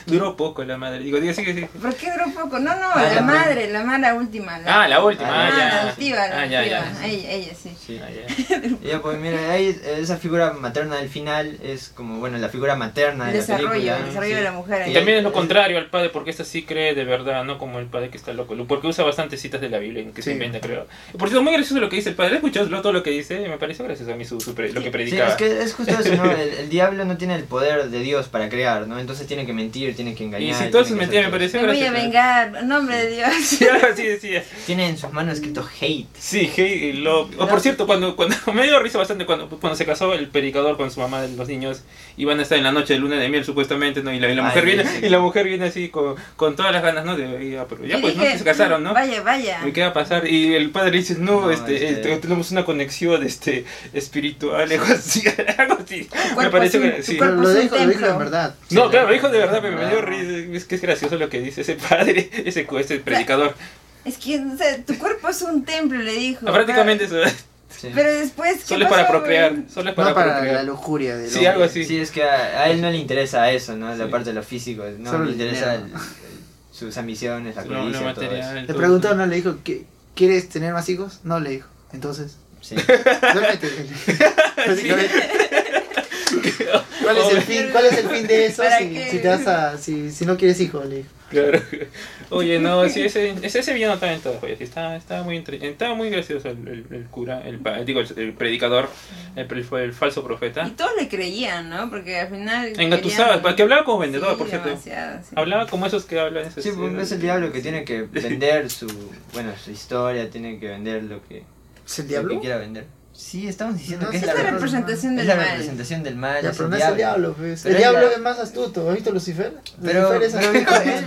Duró poco la madre. Digo, digo, sí, sí, sí. ¿Por qué duró poco? No, no, Ah, la, la madre, la madre última. Ah, la última. Ah, Ah, ya. la activa, la Ah, ya, ya. activa. Ella, ella, sí. Sí. Ah, (laughs) ya. Y ya, pues mira, ahí eh, esa figura materna del final es como, bueno, la figura materna de desarrollo, la película. el ¿no? desarrollo Sí. de la mujer. Y ahí. también es lo contrario al padre, porque esta sí cree de verdad, no como el padre que está loco. Porque usa bastantes citas de la Biblia en que se Sí. inventa, creo. Por cierto, muy gracioso lo que dice el padre. ¿Has escuchado todo lo que dice? Me pareció gracioso a mí su, su pre- lo que Sí, predicaba. es que es justo eso, (laughs) ¿no? El, el diablo no tiene el poder de Dios para crear, ¿no? Entonces tiene que mentir, tiene que engañar. y si tiene todo eso que me hacer me todo. pareció Me voy a gracioso. vengar, en nombre de Dios. (laughs) (laughs) Sí, algo así decía. Tiene en sus manos escrito hate. Sí, hey, lo... oh, por cierto, cuando, cuando (laughs) me dio risa bastante cuando, cuando se casó el predicador con su mamá de los niños, iban a estar en la noche de luna de miel supuestamente, ¿no? Y la, y la Ay, mujer viene, sí. y la mujer viene así con, con todas las ganas, ¿no? De, y ya, pero ya Y pues, ¿no? dije, Que se casaron, ¿no? Vaya, vaya. ¿Y qué va a pasar? Y el padre dice, no, No, este, este- eh, tenemos una conexión este, espiritual, (laughs) algo así. algo así. Me cuerpo parece es un- que tu sí. Pero cuerpo lo es un dijo, lo dijo templo. en verdad. No, claro, la- hijo de verdad, pero me dio no. risa. Es que es gracioso lo que dice ese padre, (laughs) ese, cu- ese predicador. Es que, o sea, tu cuerpo es un templo, le dijo. Ah, prácticamente eso. (laughs) Sí. Pero, pero después, ¿qué Solo es para pasó? procrear. Solo es para no para la procrear. lujuria del Sí, hombre. algo así. Sí, es que a, a él no le interesa eso, ¿no? La Sí. parte de lo físico, no Solo le el interesa dinero. el- sus ambiciones, la No, codicia, no todo eso. (laughs) material. Le todo. preguntó, no le dijo, "¿Qué- ¿quieres tener más hijos? No le dijo. Entonces, Sí. duérmete. Básicamente. ¿Cuál es el fin? ¿Cuál es el fin de eso ¿Para si, qué? si te vas a, si, si no quieres hijos? Le dijo. Claro. (laughs) Oye, no, sí, ese, ese, ese villano estaba en todo. Oye, sí, estaba, estaba, muy, entre- estaba muy gracioso el, el- el cura, el, pa- digo, el, el predicador, el, pre- fue el falso Y profeta. todos le creían, ¿no? Porque al final. Engatusaba, para que hablaba como vendedor, por cierto. demasiado, sí. Hablaba como esos que hablan. Esos, Sí, pues, eh, es el diablo que tiene que vender su, bueno, su historia, tiene que vender lo que, ¿Es el lo que diablo? quiera vender. Sí, estamos diciendo No, que sí es la, Es la verdad, representación es del la (laughs) mal. representación del mal, Ya, es pero el no es el diablo. diablo. pues. Pero El es la- diablo es más astuto. ¿Has visto Lucifer? Pero- Lucifer es pero dijo él.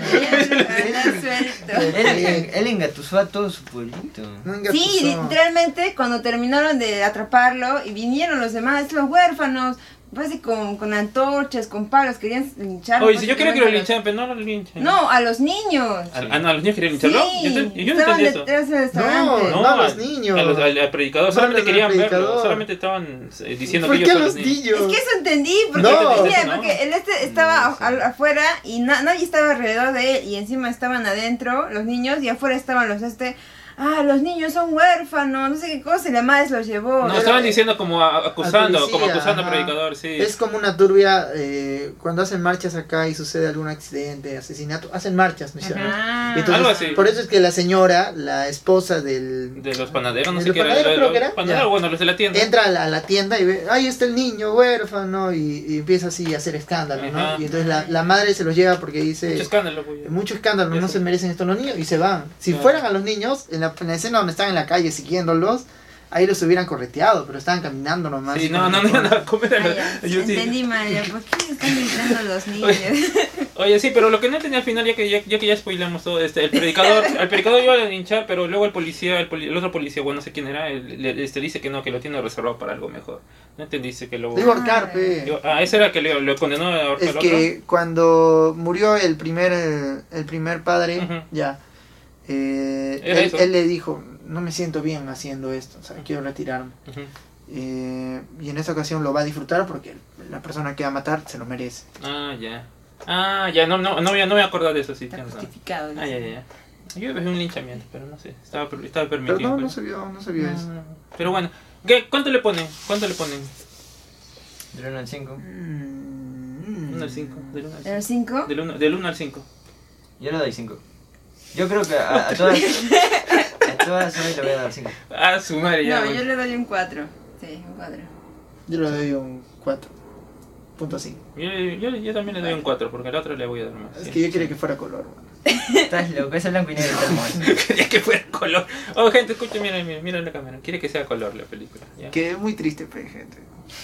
Él (laughs) anda suelto. Él, en- él engatusó a todo su pueblito. pues. No Sí, engatusó. literalmente cuando terminaron de atraparlo y vinieron los demás, los huérfanos, casi con, con antorchas, con palos, querían lincharlo. Oye, si yo quiero que lo básicamente. linchen, pero no lo linchen. No, a los niños. A- Ah, no, a los niños querían lincharlo. Sí, yo, te- yo no estaban entendí eso. detrás del restaurante. No, a los niños. a los- al, al predicador, No solamente hablas del querían verlo, predicador. solamente estaban eh, diciendo ¿Por que qué a ellos los eran niños. niños? Es que eso entendí, porque, No. mira, No. porque él este estaba No, sí. a- afuera y na- nadie estaba alrededor de él y encima estaban adentro los niños y afuera estaban los este, ah, los niños son huérfanos, no sé qué cosa y la madre se los llevó. No, Pero- estaban diciendo como a- acusando, Al como policía, acusando al ajá. predicador, sí. Es como una turbia, eh, cuando hacen marchas acá y sucede algún accidente, asesinato, hacen marchas, ¿no es cierto? Ajá. Y entonces, Algo así. Por eso es que la señora, la esposa del... De los panaderos, no de sé los qué era. panaderos, de creo los que era, panaderos, ya. bueno, los de la tienda. Entra a la, a la tienda y ve, ahí está el niño huérfano y, y empieza así a hacer escándalo, ¿no? Ajá. Y entonces la, la madre se los lleva porque Mucho dice, escándalo, güey. mucho escándalo, no Eso. se merecen esto los niños y se van. Si Claro. fueran a los niños, en la, en la escena donde están en la calle siguiéndolos, ahí los hubieran correteado, pero estaban caminando nomás. Sí, no, no, no, no, comer a Ah, los- ya. yo sí. Entendí mal, ya, ¿por qué están gritando los niños? Oye. (laughs) Oye, sí, pero lo que no entendí al final, ya que ya, ya que ya spoilamos todo, este, el (laughs) predicador, al predicador iba a hinchar, pero luego el policía, el, poli- el otro policía, bueno, no sé quién era, el- le- este, dice que no, que lo tiene reservado para algo mejor. No entendiste que lo... Digo, ahorcar, pe. Digo, ah, ese era que le- lo condenó a ahorcar Es al que cuando murió el primer eh, el primer padre, Ujú. ya, eh, Era él, eso. él le dijo, no me siento bien haciendo esto, o sea, quiero retirarme. otro. Ujú. Eh, y en esta ocasión lo va a disfrutar porque la persona que va a matar se lo merece. Ah, ya. Ah, ya, no, no, no, ya no me acordaba de eso, sí. Está tienes razón. justificado. Ah, ya, ya, ya. Yo vi un linchamiento, pero no sé, estaba, per- estaba Pero permitido. no, no pero- se vio, no se vio No, eso. no, no. Pero bueno, ¿qué, ¿cuánto le ponen? ¿Cuánto le ponen? Del 1 al 5. Mm, 1 al 5, del 1 al ¿De los 5. cinco? Del 1, del uno al 5. Yo le doy 5. Yo creo que a, a (laughs) todas. A todas hoy le voy a dar 5. Ah, su madre, ya. No, bueno. yo le doy un 4. Sí, un 4. Yo le doy un 4.5. Yo, yo, yo también le doy un 4, porque al otro le voy a dar más. Es sí. que yo quería que fuera color. bueno. Estás loco, ese blanco y negro está hermoso. Quería que fuera color. Oh, gente, escuchen, miren, miren, miren la cámara. Quiere que sea color la película. ya. Que es muy triste, pe, gente.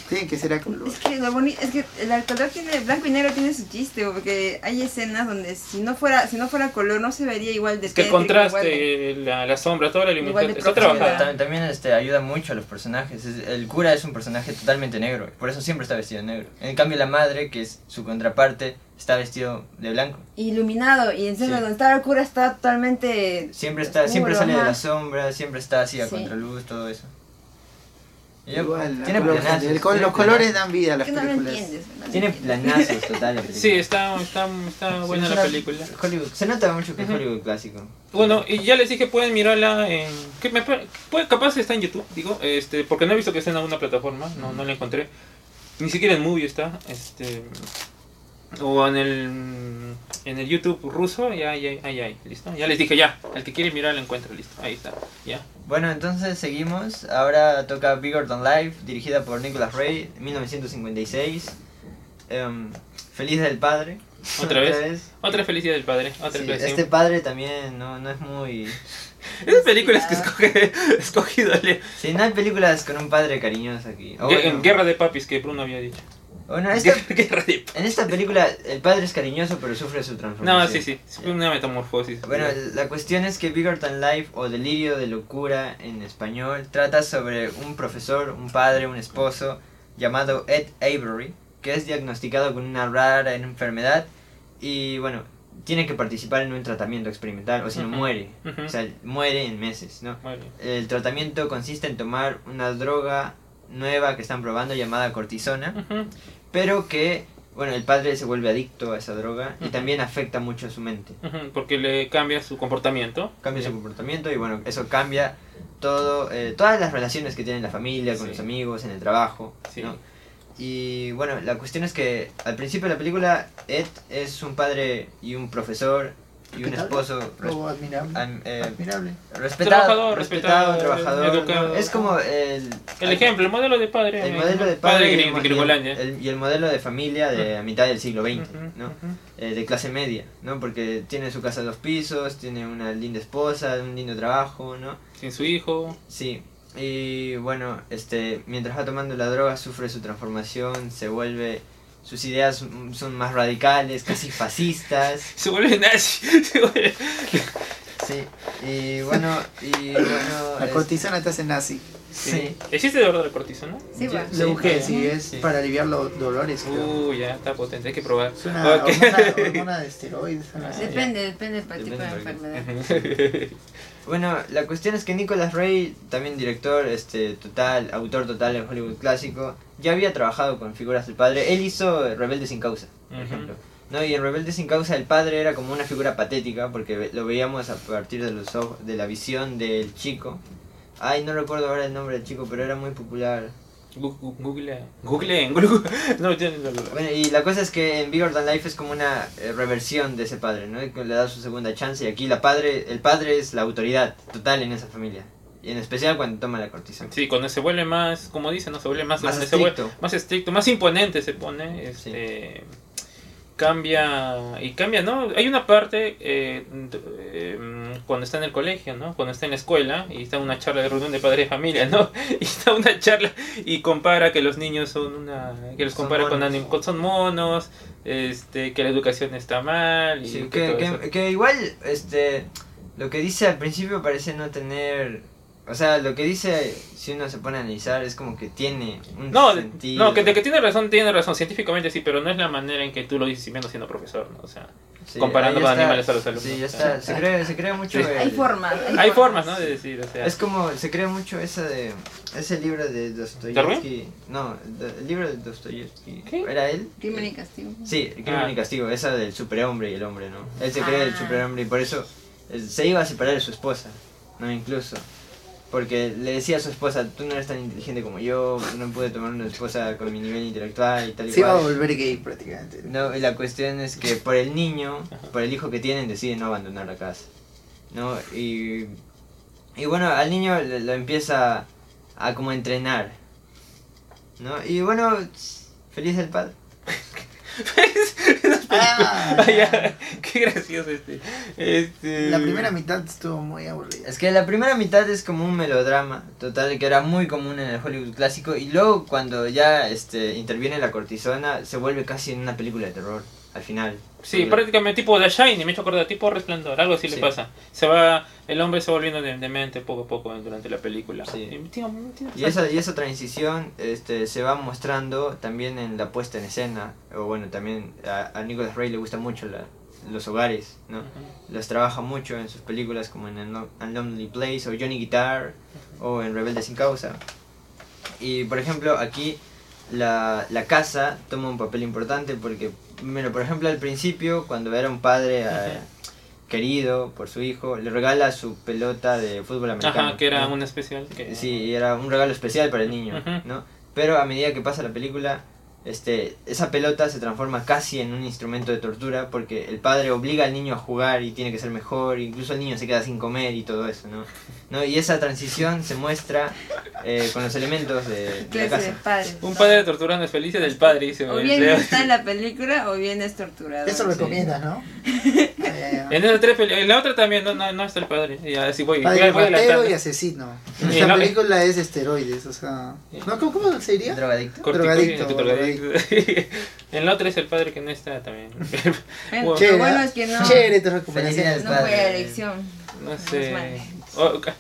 Tienen que ser a color. Es que, lo boni- es que el color tiene, el blanco y negro tiene su chiste, porque hay escenas donde si no fuera, si no fuera color no se vería igual de Es que el tétrico, igual de- contraste, la, la sombra, toda la Igual iluminación. de Está profunda. trabajada. Tam- También este, ayuda mucho a los personajes. Es- El cura es un personaje totalmente negro, por eso siempre está vestido de negro. En cambio, la madre, que es su contraparte, está vestido de blanco. iluminado y encima Sí. donde está el cura está totalmente Siempre está, siempre oscuro, sale de ajá. la sombra, siempre está así a Sí. contraluz, todo eso. Y ya, Igual, tiene la color- planazos. el col- tiene los colores planazos. dan vida a las que no lo películas. entiendes no lo Tiene entiendes. planazos total la película. (laughs) Sí, está, está, está Sí, buena es la una- película. Hollywood. Se nota mucho que es Ujú. Hollywood clásico. Bueno, y ya les dije, pueden mirarla en... Que me, pa- puede, capaz está en YouTube, digo, este, porque no he visto que esté en alguna plataforma, no, no la encontré. Ni siquiera en Movie está, este... O en el, en el YouTube ruso, ya, ya, ya, ya, listo. Ya les dije, ya, el que quiere mirar la encuentra, listo, ahí está, ya. Bueno, entonces seguimos. Ahora toca Bigger Than Life, dirigida por Nicholas Ray, 1956. Em, Feliz del Padre. (laughs) ¿Otra vez? Otra felicidad del padre, otra Sí, felicidad. este padre también no, no es muy... Esas películas que escoge, (laughs) escogí, dale. Sí, no hay películas con un padre cariñoso aquí. Gue- O Ah, bueno, en Guerra de Papis, que Bruno había dicho. o no, esta- Guerra- (laughs) Guerra de en esta película el padre es cariñoso pero sufre su transformación. No, sí, sí. Fue una metamorfosis. Bueno, la cuestión es que Bigger Than Life o Delirio de Locura en español trata sobre un profesor, un padre, un esposo llamado Ed Avery que es diagnosticado con una rara enfermedad y bueno, tiene que participar en un tratamiento experimental o si no Ujú. muere. Ujú. O sea, muere en meses, ¿no? Bueno. El tratamiento consiste en tomar una droga nueva que están probando llamada cortisona Ujú. pero que, bueno, el padre se vuelve adicto a esa droga y Ujú. también afecta mucho a su mente. Ujú, Porque le cambia su comportamiento. Cambia su comportamiento y bueno, eso cambia todo, eh, todas las relaciones que tiene en la familia, con Sí. los amigos, en el trabajo, Sí. ¿no? Y bueno, la cuestión es que al principio de la película Ed es un padre y un profesor y un Respetable. Ah, esposo res- Algo admirable. am- eh, admirable. respetado, Trabajador, respetado, respetado, trabajador, ¿no? educado. Es como el, El ejemplo, el modelo de padre. el eh, modelo de padre, y gri- el de mo- y, el, Gringolandia. el- y el modelo de familia de a mitad del siglo XX, Ujú, ¿no? ujú. eh, de clase media, ¿no? Porque tiene su casa de dos pisos, tiene una linda esposa, un lindo trabajo, ¿no? Sin su hijo. (laughs) Sí. Y bueno, este, mientras va tomando la droga sufre su transformación, se vuelve, sus ideas mm, son más radicales, casi fascistas, Se vuelve nazi. (laughs) se vuelve- sí. Y bueno, y (laughs) bueno, La es- cortisona te hace nazi. sí. ¿Existe dolor de cortisona? Sí, Yo- bueno. Lo busqué, sí, es Sí. para aliviar los dolores. creo. Uh, ya está potente. Hay que probar. Es una Ok. hormona, hormona de esteroides. (laughs) algo así. depende depende del tipo Depende de del- enfermedad Bueno, la cuestión es que Nicolas Ray, también director, este, total, autor total de Hollywood clásico, ya había trabajado con figuras del padre. Él hizo Rebelde sin causa, por Ujú. ejemplo. ¿No? Y en Rebelde sin causa el padre era como una figura patética porque ve- lo veíamos a partir de los ojos, de la visión del chico. Ay, no recuerdo ahora el nombre del chico, pero era muy popular. Gu- (laughs) gu- Google. Google. Google. (laughs) No, ya no lo- Bueno, y la cosa es que en Bigger Than Life es como una eh, reversión de ese padre, ¿no? Que le da su segunda chance y aquí la padre, el padre es la autoridad total en esa familia. Y en especial cuando toma la cortisona. Sí, cuando se vuelve más, como dicen, no se vuelve más, Más grande, se vuelve estricto. más estricto, más imponente se pone, este cambia y cambia, ¿no? Hay una parte eh, d- eh, cuando está en el colegio, ¿no? Cuando está en la escuela y está en una charla de reunión de padres de familia, ¿no? (laughs) Y está en una charla y compara que los niños son una que los Son compara con monos. anim- con son monos, este que la educación está mal y Sí, que que, todo eso. que- que igual, este, lo que dice al principio parece no tener... O sea, lo que dice, si uno se pone a analizar, es como que tiene un No, sentido. no, que, de que tiene razón, tiene razón, científicamente sí, pero no es la manera en que tú lo dices y menos siendo profesor, ¿no? O sea, Sí, comparando ahí los está. animales a los alumnos. Sí, ya está. Se crea, se crea Sí. mucho... el- hay formas Hay formas, ¿no? De decir, o sea. Es como, se cree mucho esa de, ese libro de Dostoyevsky. No, de- el libro de Dostoyevsky. ¿Qué? ¿Era él? crimen y castigo Sí, el crimen Ah. y castigo, esa del superhombre y el hombre, ¿no? Él se cree el Ah. superhombre y por eso eh, se iba a separar de su esposa, ¿no? Incluso. Porque le decía a su esposa, tú no eres tan inteligente como yo, no pude tomar una esposa con mi nivel intelectual y tal y Se iba a cual. volver gay prácticamente. No, y la cuestión es que por el niño, por el hijo que tienen, deciden no abandonar la casa. ¿No? Y, y bueno, al niño le- lo empieza a como entrenar. ¿No? Y bueno, feliz el padre. Esas (laughs) Ah, Ah, ya. Qué gracioso este. Este- La primera mitad estuvo muy aburrida. Es que la primera mitad es como un melodrama, total, que era muy común en el Hollywood clásico, y luego cuando ya este, interviene la cortisona, se vuelve casi en una película de terror, al final. Sí, Porque- prácticamente tipo The Shining, me he hecho acordar, tipo Resplandor, algo así le Sí. pasa. Se va, el hombre se va volviendo de- demente poco a poco durante la película. Sí. Y, tío, tío, Y esa, y esa transición este, se va mostrando también en la puesta en escena, o bueno, también a, a Nicolas Ray le gusta mucho la- los hogares, ¿no? Ujú. Los trabaja mucho en sus películas como en Unlo- A Lonely Place o Johnny Guitar o en Rebelde sin Causa. Y por ejemplo aquí la, la casa toma un papel importante porque, bueno, por ejemplo al principio cuando era un padre eh, querido por su hijo, le regala su pelota de fútbol americano. Ajá, que era ¿no? un especial. Que, Sí, y era un regalo especial para el niño, Ujú. ¿no? Pero a medida que pasa la película, este, esa pelota se transforma casi en un instrumento de tortura porque el padre obliga al niño a jugar y tiene que ser mejor, incluso el niño se queda sin comer y todo eso, ¿no? ¿No? Y esa transición se muestra eh, con los elementos de, de la Clase de casa. padres. Un ¿no? padre torturando es feliz del padre, dice. O el bien Leo. está en la película o bien es torturado. Eso lo recomiendas, ¿no? Eh, (laughs) En esas tres peli- en la otra también no, no, no está el padre. Ya, así voy. voy Padre a- voy a ratero adelantar. y asesino. Y Esta no- película es esteroides, o sea. ¿No? ¿Cómo, cómo se diría? Drogadicto. Corticoide, drogadicto, drogadicto. (laughs) en la otra es el padre que no está también. Bueno, Chévere, lo bueno es que no, Chévere tu recomendación. Felicidades. no fue elección. No Menos sé. mal. O- ca-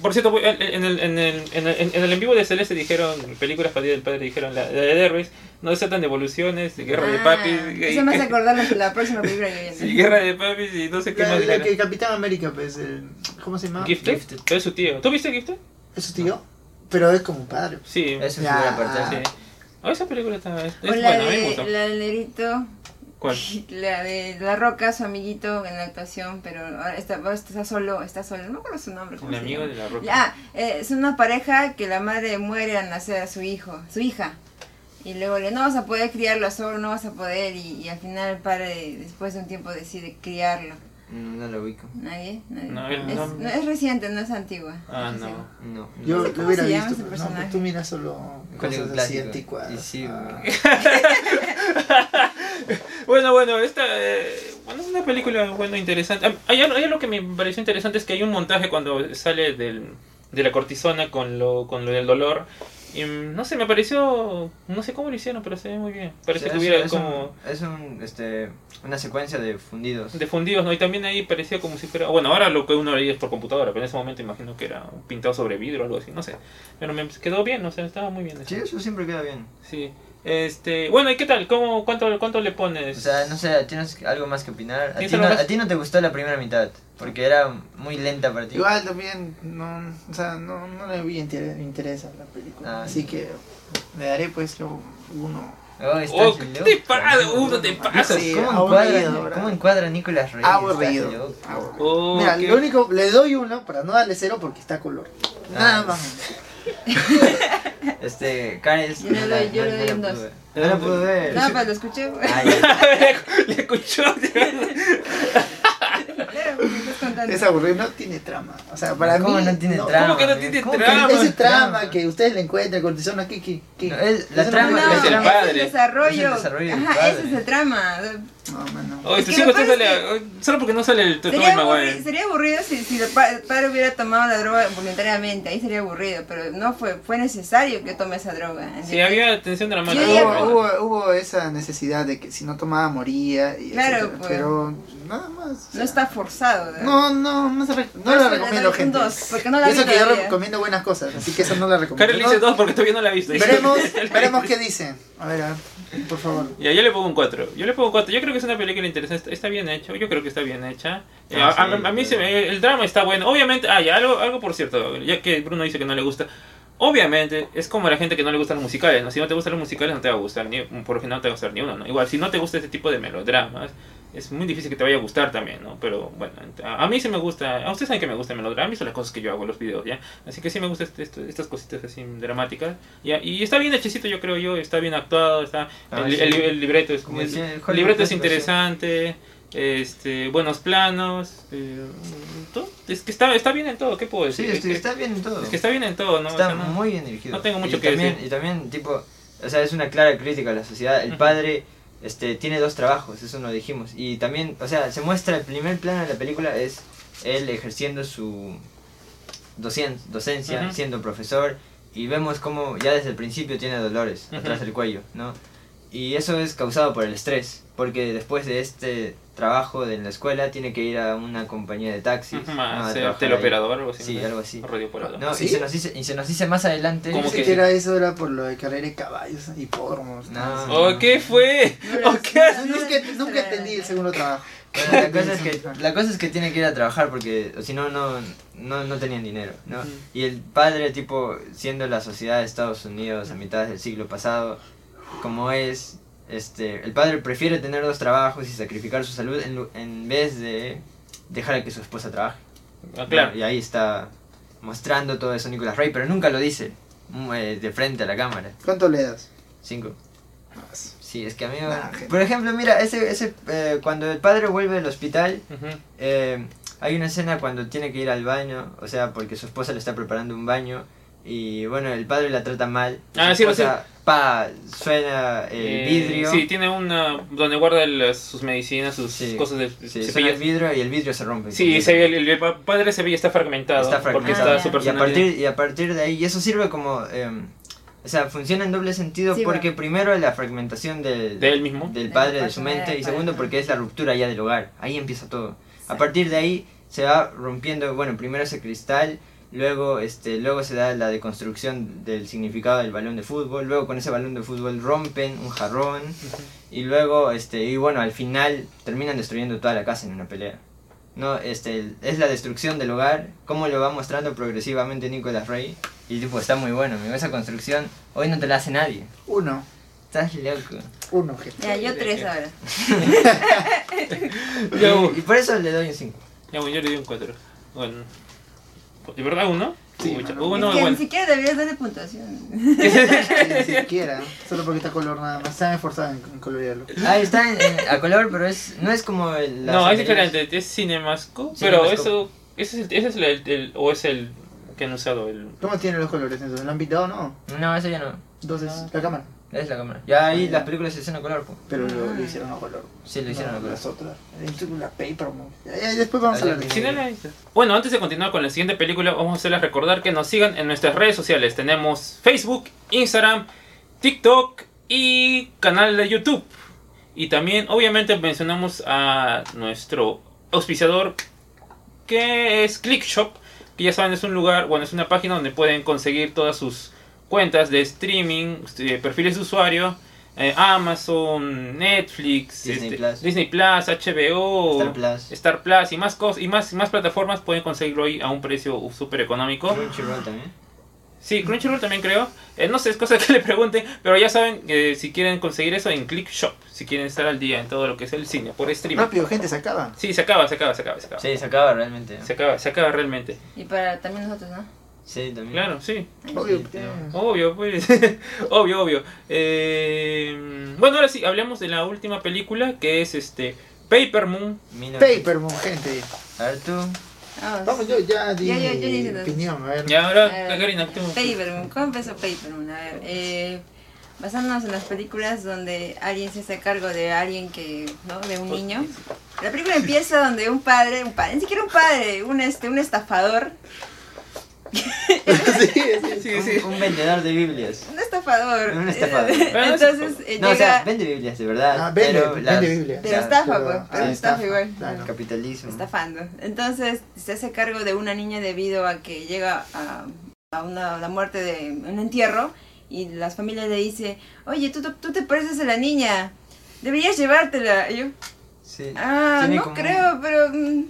Por cierto, voy- en en el, en, el, en, el, en el en vivo de Celeste dijeron, películas para el Día del Padre dijeron, la, la de Derbez, no se tratan de evoluciones, de guerra de Ah, papis, Eso me hace y- acordar la, la próxima película que (laughs) viene. y guerra de papis y no sé qué La, más. la dijeron. que Capitán América, pues. el- ¿Cómo se llama? Gifted, Gifted. es su tío. ¿Tú viste Gifted? ¿Es su tío? Pero es como un padre. Sí. Es una Ya. figura aparte. sí. Oh, esa película está, es, es O buena, la a mí me de gustó. la del Nerito, (laughs) ¿Cuál? la de La Roca, su amiguito en la actuación, pero ahora está, ahora está solo, está solo, no me acuerdo su nombre. ¿cómo El se amigo llama? de la roca. Ah, eh, es una pareja que la madre muere al nacer a su hijo, su hija. Y luego le, no vas a poder criarlo solo, no vas a poder. Y, y al final el padre, después de un tiempo, decide criarlo. No, no lo ubico. ¿Nadie? Nadie. No, es, el nombre- no, es reciente, no es antigua. Ah, Es no. antigua. No. no. Yo sé lo cómo hubiera se llama visto, pero no, ese pues, personaje. tú miras solo Código cosas así clásico. Y anticuadas. sí, Ah. Bueno, bueno, esta eh, bueno, es una película bueno, interesante. Ah, Hay, algo- hay algo que me pareció interesante es que hay un montaje cuando sale del, de la cortisona con lo, con lo del dolor. Y, mm, no sé, me pareció, no sé cómo lo hicieron, pero se ve muy bien. Parece O sea, que hubiera es un- como Es un, este, una secuencia de fundidos. de fundidos, ¿no? Y también ahí parecía como si fuera, bueno, ahora lo que uno veía es por computadora, pero en ese momento imagino que era un pintado sobre vidrio o algo así, no sé. Pero me quedó bien, o sea, estaba muy bien. Sí, eso siempre queda bien. Sí. Este, bueno, ¿y qué tal? ¿Cómo, cuánto, ¿Cuánto le pones? O sea, no sé, ¿tienes algo más que opinar? A Sí, ti, no, solo- a ti no te gustó la primera mitad, porque era muy lenta para ti. Igual también, no, o sea, no, no le vi inter- interés a la película. Ah, así sí. que le daré pues lo- uno. Oh, estás Oh, ¿qué loco. te pasa? Uno te pasa. Sí, ¿Cómo, encuadra, aburrido, bro. ¿Cómo encuadra Nicolas Reyes? Estás Aburrido. loco. aburrido. Oh, Mira, qué- lo único, le doy uno para no darle cero porque está color. Nada Ah. más. Este, Karel... Yo le no la- doy- yo no- no le doy la un pude dos. ver. No la pude ver. No, pues lo escuché. güey. Ay, (laughs) le escuchó. (laughs) Claro, me estás contando. Es aburrido, no tiene trama. O sea, para ¿Cómo mí. no tiene trama? ¿Cómo que no amigo? tiene ¿Cómo que trama? Ese trama trama? que ustedes le encuentran, cortisona, aquí, aquí, aquí. No, es- la Eso no No, trama- puede- no, Es el es el padre. desarrollo. Es el desarrollo del Ajá, padre. ese es el trama. No, mano. Oye, Es tu que chico lo te peor sale. es ay, Solo porque no sale el Tobey Sería, aburri- Maguire. sería aburrido si, si el pa- el padre hubiera tomado la droga voluntariamente, ahí sería aburrido, pero no fue, fue necesario que tome esa droga. ¿entiendes? Sí, había tensión Yo dramática. diría- Hubo, hubo, hubo esa necesidad de que si no tomaba moría. Y Claro, etcétera, pues. Pero nada más. o sea, No está forzado. ¿verdad? No, no, no, se re- no Por eso la le doy recomiendo, un gente. dos, porque no la Y eso vi que yo todavía. recomiendo buenas cosas, así que eso no la recomiendo. Karen le dice No, dos porque todavía no la he visto. (laughs) Veremos, veremos qué dicen. A ver, a ver, por favor. Ya, yo le pongo un 4. Yo le pongo un 4. Yo creo que es una película interesante. Está bien hecha. Yo creo que está bien hecha. Eh, Ah, a, a- sí, a mí claro. se me- el drama está bueno. Obviamente, ah, ya, algo, algo por cierto. Ya que Bruno dice que no le gusta. Obviamente, es como la gente que no le gustan los musicales. ¿no? Si no te gustan los musicales, no te va a gustar. Ni, por lo general, no te va a gustar ni uno. ¿no? Igual, si no te gusta este tipo de melodramas, es muy difícil que te vaya a gustar también, ¿no? Pero bueno, ent- a, a mí sí me gusta. A ustedes saben que me gusta el melodrama. y Son las cosas que yo hago en los videos, ¿ya? Así que sí me gustan estas cositas así dramáticas. ¿ya? Y está bien hechecito, yo creo yo. Está bien actuado. Está, Ah, el, sí. el- el libreto es Como el, decía, el el libreto es Hollywood interesante, este, buenos planos, eh, todo. es que está, está bien en todo, ¿qué puedo decir? Sí, Es estoy- que- está bien en todo. es que está bien en todo, ¿no? O Está sea, no- muy bien dirigido. no tengo mucho y que también, decir. Y también, tipo, o sea, es una clara crítica a la sociedad. El Ujú. padre este, tiene dos trabajos, eso lo dijimos. Y también, o sea, se muestra el primer plano de la película es él ejerciendo su docien- docencia, Ujú. siendo profesor, y vemos cómo ya desde el principio tiene dolores atrás Ujú. del cuello, ¿no? Y eso es causado por el estrés, porque después de este trabajo de la escuela tiene que ir a una compañía de taxis. Ujú, ¿no? A más, eh, Ah, trabajar ahí. teleoperador o algo así. Sí, ¿no? algo así. Radiooperador. No, ¿Sí? y, se nos dice, y se nos dice más adelante. ¿Cómo Pensé que- que era eso, era por lo de carrera de caballos, hipódromos. No. todo eso. ¿O qué fue? No, ¿O no, qué no, haces? no. Nunca, nunca entendí el segundo trabajo. Bueno, la cosa es que la cosa es que tiene que ir a trabajar porque o si no no no no tenían dinero, ¿no? Ujú. Y el padre tipo siendo la sociedad de Estados Unidos a mitad del siglo pasado como es este el padre prefiere tener dos trabajos y sacrificar su salud en, lu- en vez de dejar a que su esposa trabaje. Ah, claro. Y ahí está mostrando todo eso Nicolas Ray, pero nunca lo dice mm, eh, de frente a la cámara. ¿Cuánto le das? Cinco. Sí, es que a mí... Ah, gente. Por ejemplo, mira, ese, ese, eh, cuando el padre vuelve del hospital, Ujú. eh, hay una escena cuando tiene que ir al baño, o sea, porque su esposa le está preparando un baño y bueno, el padre la trata mal. Ah, Su sí, lo esposa, Pa, suena el Eh, vidrio. Sí, tiene una. donde guarda las- sus medicinas, sus Sí, cosas de sí, cepillos. suena el vidrio y el vidrio se rompe. Sí, se ve- el, el pa- padre se ve está fragmentado. Está Porque fragmentado. está su y a personalidad. partir y a partir de ahí y eso sirve como em, o sea, funciona en doble sentido Sí, porque bueno. primero la fragmentación del, De él mismo. del De padre, la de su personalidad mente, del y padre, segundo ¿no? porque es la ruptura ya del hogar, ahí empieza todo. A Exacto. partir de ahí se va rompiendo, bueno, primero ese cristal, luego este luego se da la deconstrucción del significado del balón de fútbol, luego con ese balón de fútbol rompen un jarrón y luego este y bueno, al final terminan destruyendo toda la casa en una pelea. No, este el- es la destrucción del hogar, cómo lo va mostrando progresivamente Nicolas Rey y tipo está muy bueno, amigo, esa construcción hoy no te la hace nadie. Uno. Estás loco. Uno, gente. Ya, yo tres ahora. (laughs) Ya, Y, y por eso le doy un 5. ya, bueno, yo le di un 4. Bueno. ¿De verdad uno? Sí, Uy, mano. uno es que bueno. (laughs) ni siquiera deberías darle puntuación. (laughs) Ni siquiera. Solo porque está color nada más. Se han esforzado en, en colorearlo. Ah, está en- en- a color, pero es no es como el. las No, es anteriores. diferente, es Cinemasco, Cinemascope. pero eso, ese es, el, ese es el, el- el- o es el que han usado el... ¿Cómo tienen los colores entonces? ¿Lo han pintado o no? No, eso ya no. Entonces, la cámara. Es la cámara. Ya ahí Ah, ya. las películas se hacen a color, po. Pero lo, Ah. lo hicieron a color. Sí, lo hicieron Ah, No, a color. Las otras. La paper, ¿no? Ya, ya, después vamos a hablar de Ahí eso. Sí, no, no, no. Bueno, antes de continuar con la siguiente película, vamos a hacerles recordar que nos sigan en nuestras redes sociales. Tenemos Facebook, Instagram, TikTok y canal de YouTube. Y también, obviamente, mencionamos a nuestro auspiciador que es ClickShop, que ya saben es un lugar, bueno, es una página donde pueden conseguir todas sus cuentas de streaming, este, perfiles de usuario, eh, Amazon, Netflix, este, Disney Plus. Disney Plus, HBO, Star Plus. Star Plus y más cosas y más, y más plataformas pueden conseguirlo ahí a un precio súper económico. Crunchyroll también. Sí, Crunchyroll también creo. Eh, no sé, es cosa (laughs) que le pregunten, pero ya saben eh, si quieren conseguir eso en ClickShop, si quieren estar al día en todo lo que es el cine por streaming. Rápido, gente, se acaba. Sí, se acaba, se acaba, se acaba, se acaba. Sí, se acaba realmente. ¿no? Se acaba, se acaba realmente. Y para también nosotros, ¿no? Sí, también. Claro, sí. Obvio. Sí, tiene- Obvio, pues. (laughs) obvio, obvio. Eh, bueno, ahora sí, hablemos de la última película que es este Paper Moon. Mil novecientos- Paper, mon, gente. A ver tú. Vamos. Vamos, yo ya di Ya, ya, ya mi dije dos. opinión. A ver. (laughs) Y ahora, A ver, Karina, tú. Paperman, ¿cómo empezó Paperman? A ver, eh, basándonos en las películas donde alguien se hace cargo de alguien que, ¿no? De Pues, un niño. Pues, La película empieza donde un padre, un padre, ni siquiera un padre, un este, un estafador, Sí, un, sí. un vendedor de Biblias. un estafador. Un estafador. (laughs) Entonces eh, No, o llega, sea, vende Biblias, de verdad. Ah, vende, pero vende las- Biblias. pero las- estafa, pero- pues, pero ah, estafa estafa, igual. claro. Ah. Capitalismo. estafando. Entonces se hace cargo de una niña debido a que llega a, a una, a la muerte de un entierro y las familias le dice, oye, tú, tú te pareces a la niña, deberías llevártela. Y yo, Sí. ah, Tiene no como- creo, pero... mm".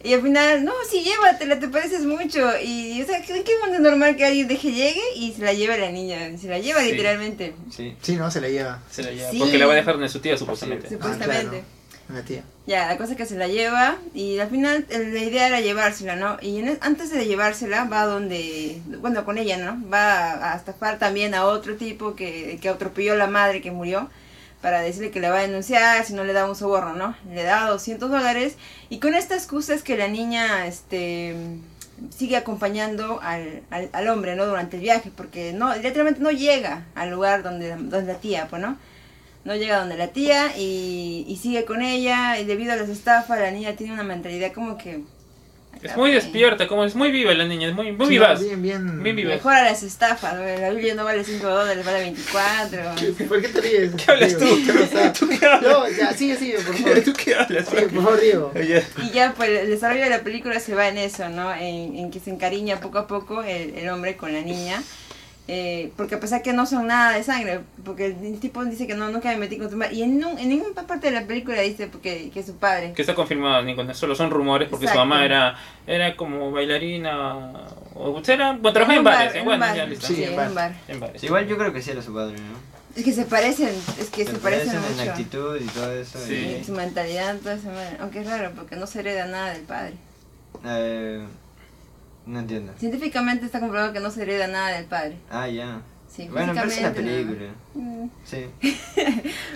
Y al final, no, sí, llévatela, te pareces mucho. Y, o sea, ¿qué, qué onda normal que alguien deje llegue y se la lleve la niña? Se la lleva Sí. literalmente, Sí. Sí, no, se Ah, la lleva. Se la lleva, Sí. Porque la va a dejar de su tía, supuestamente. supuestamente. La tía. Ya, la cosa es que se la lleva y al final eh, la idea era llevársela, ¿no? Y en- antes de llevársela va donde, bueno, con ella, ¿no? Va a- a estafar también a otro tipo que, que atropelló a la madre que murió para decirle que la va a denunciar si no le da un soborno, ¿no? Le da 200 dólares y con esta excusa es que la niña, este sigue acompañando al, al, al hombre, ¿no? Durante el viaje, porque no, literalmente no llega al lugar donde, donde la tía, pues, ¿no? no llega donde la tía y, y sigue con ella y debido a las estafas la niña tiene una mentalidad como que... Es muy despierta, como es muy viva la niña, es muy, muy Sí, vivaz. Bien, bien. Bien (laughs) vivaz. Mejora las estafas, güey, la Biblia no vale 5 dólares, vale 24. ¿Qué- (laughs) ¿Por qué te ríes? ¿Qué hablas tú? Diego? ¿Qué (laughs) pasa? ¿Tú qué hablas? No, ya, sigue, sigue, (laughs) por favor. ¿Tú qué hablas? Sigue, por favor, Diego. Oye, Y ya, pues el desarrollo de la película se va en eso, ¿no? En, en que se encariña poco a poco el, el hombre con la niña. Eh, porque a pesar que no son nada de sangre, porque el tipo dice que no, nunca me metí con tu madre. Y en, nun- en ninguna parte de la película dice porque, que su padre. Que está confirmado, Nico, solo son rumores porque Exacto. su mamá era, era como bailarina. O usted era. Bueno, En trabajaba en un bar, bares, en eh, un bueno, bar. ya listo. Sí, Sí, en en bar. un bar. En bares. Igual yo creo que sí era su padre, ¿no? Es que se parecen, es que se, parecen, en mucho. actitud y todo eso. Sí. Y su mentalidad, toda esa madre. Aunque es raro, porque no se hereda nada del padre. y, eh, no entiendo. Científicamente está comprobado que no se hereda nada del padre. Ah, ya. Sí, bueno, pero es una físicamente, ¿no? película. Mm. Sí.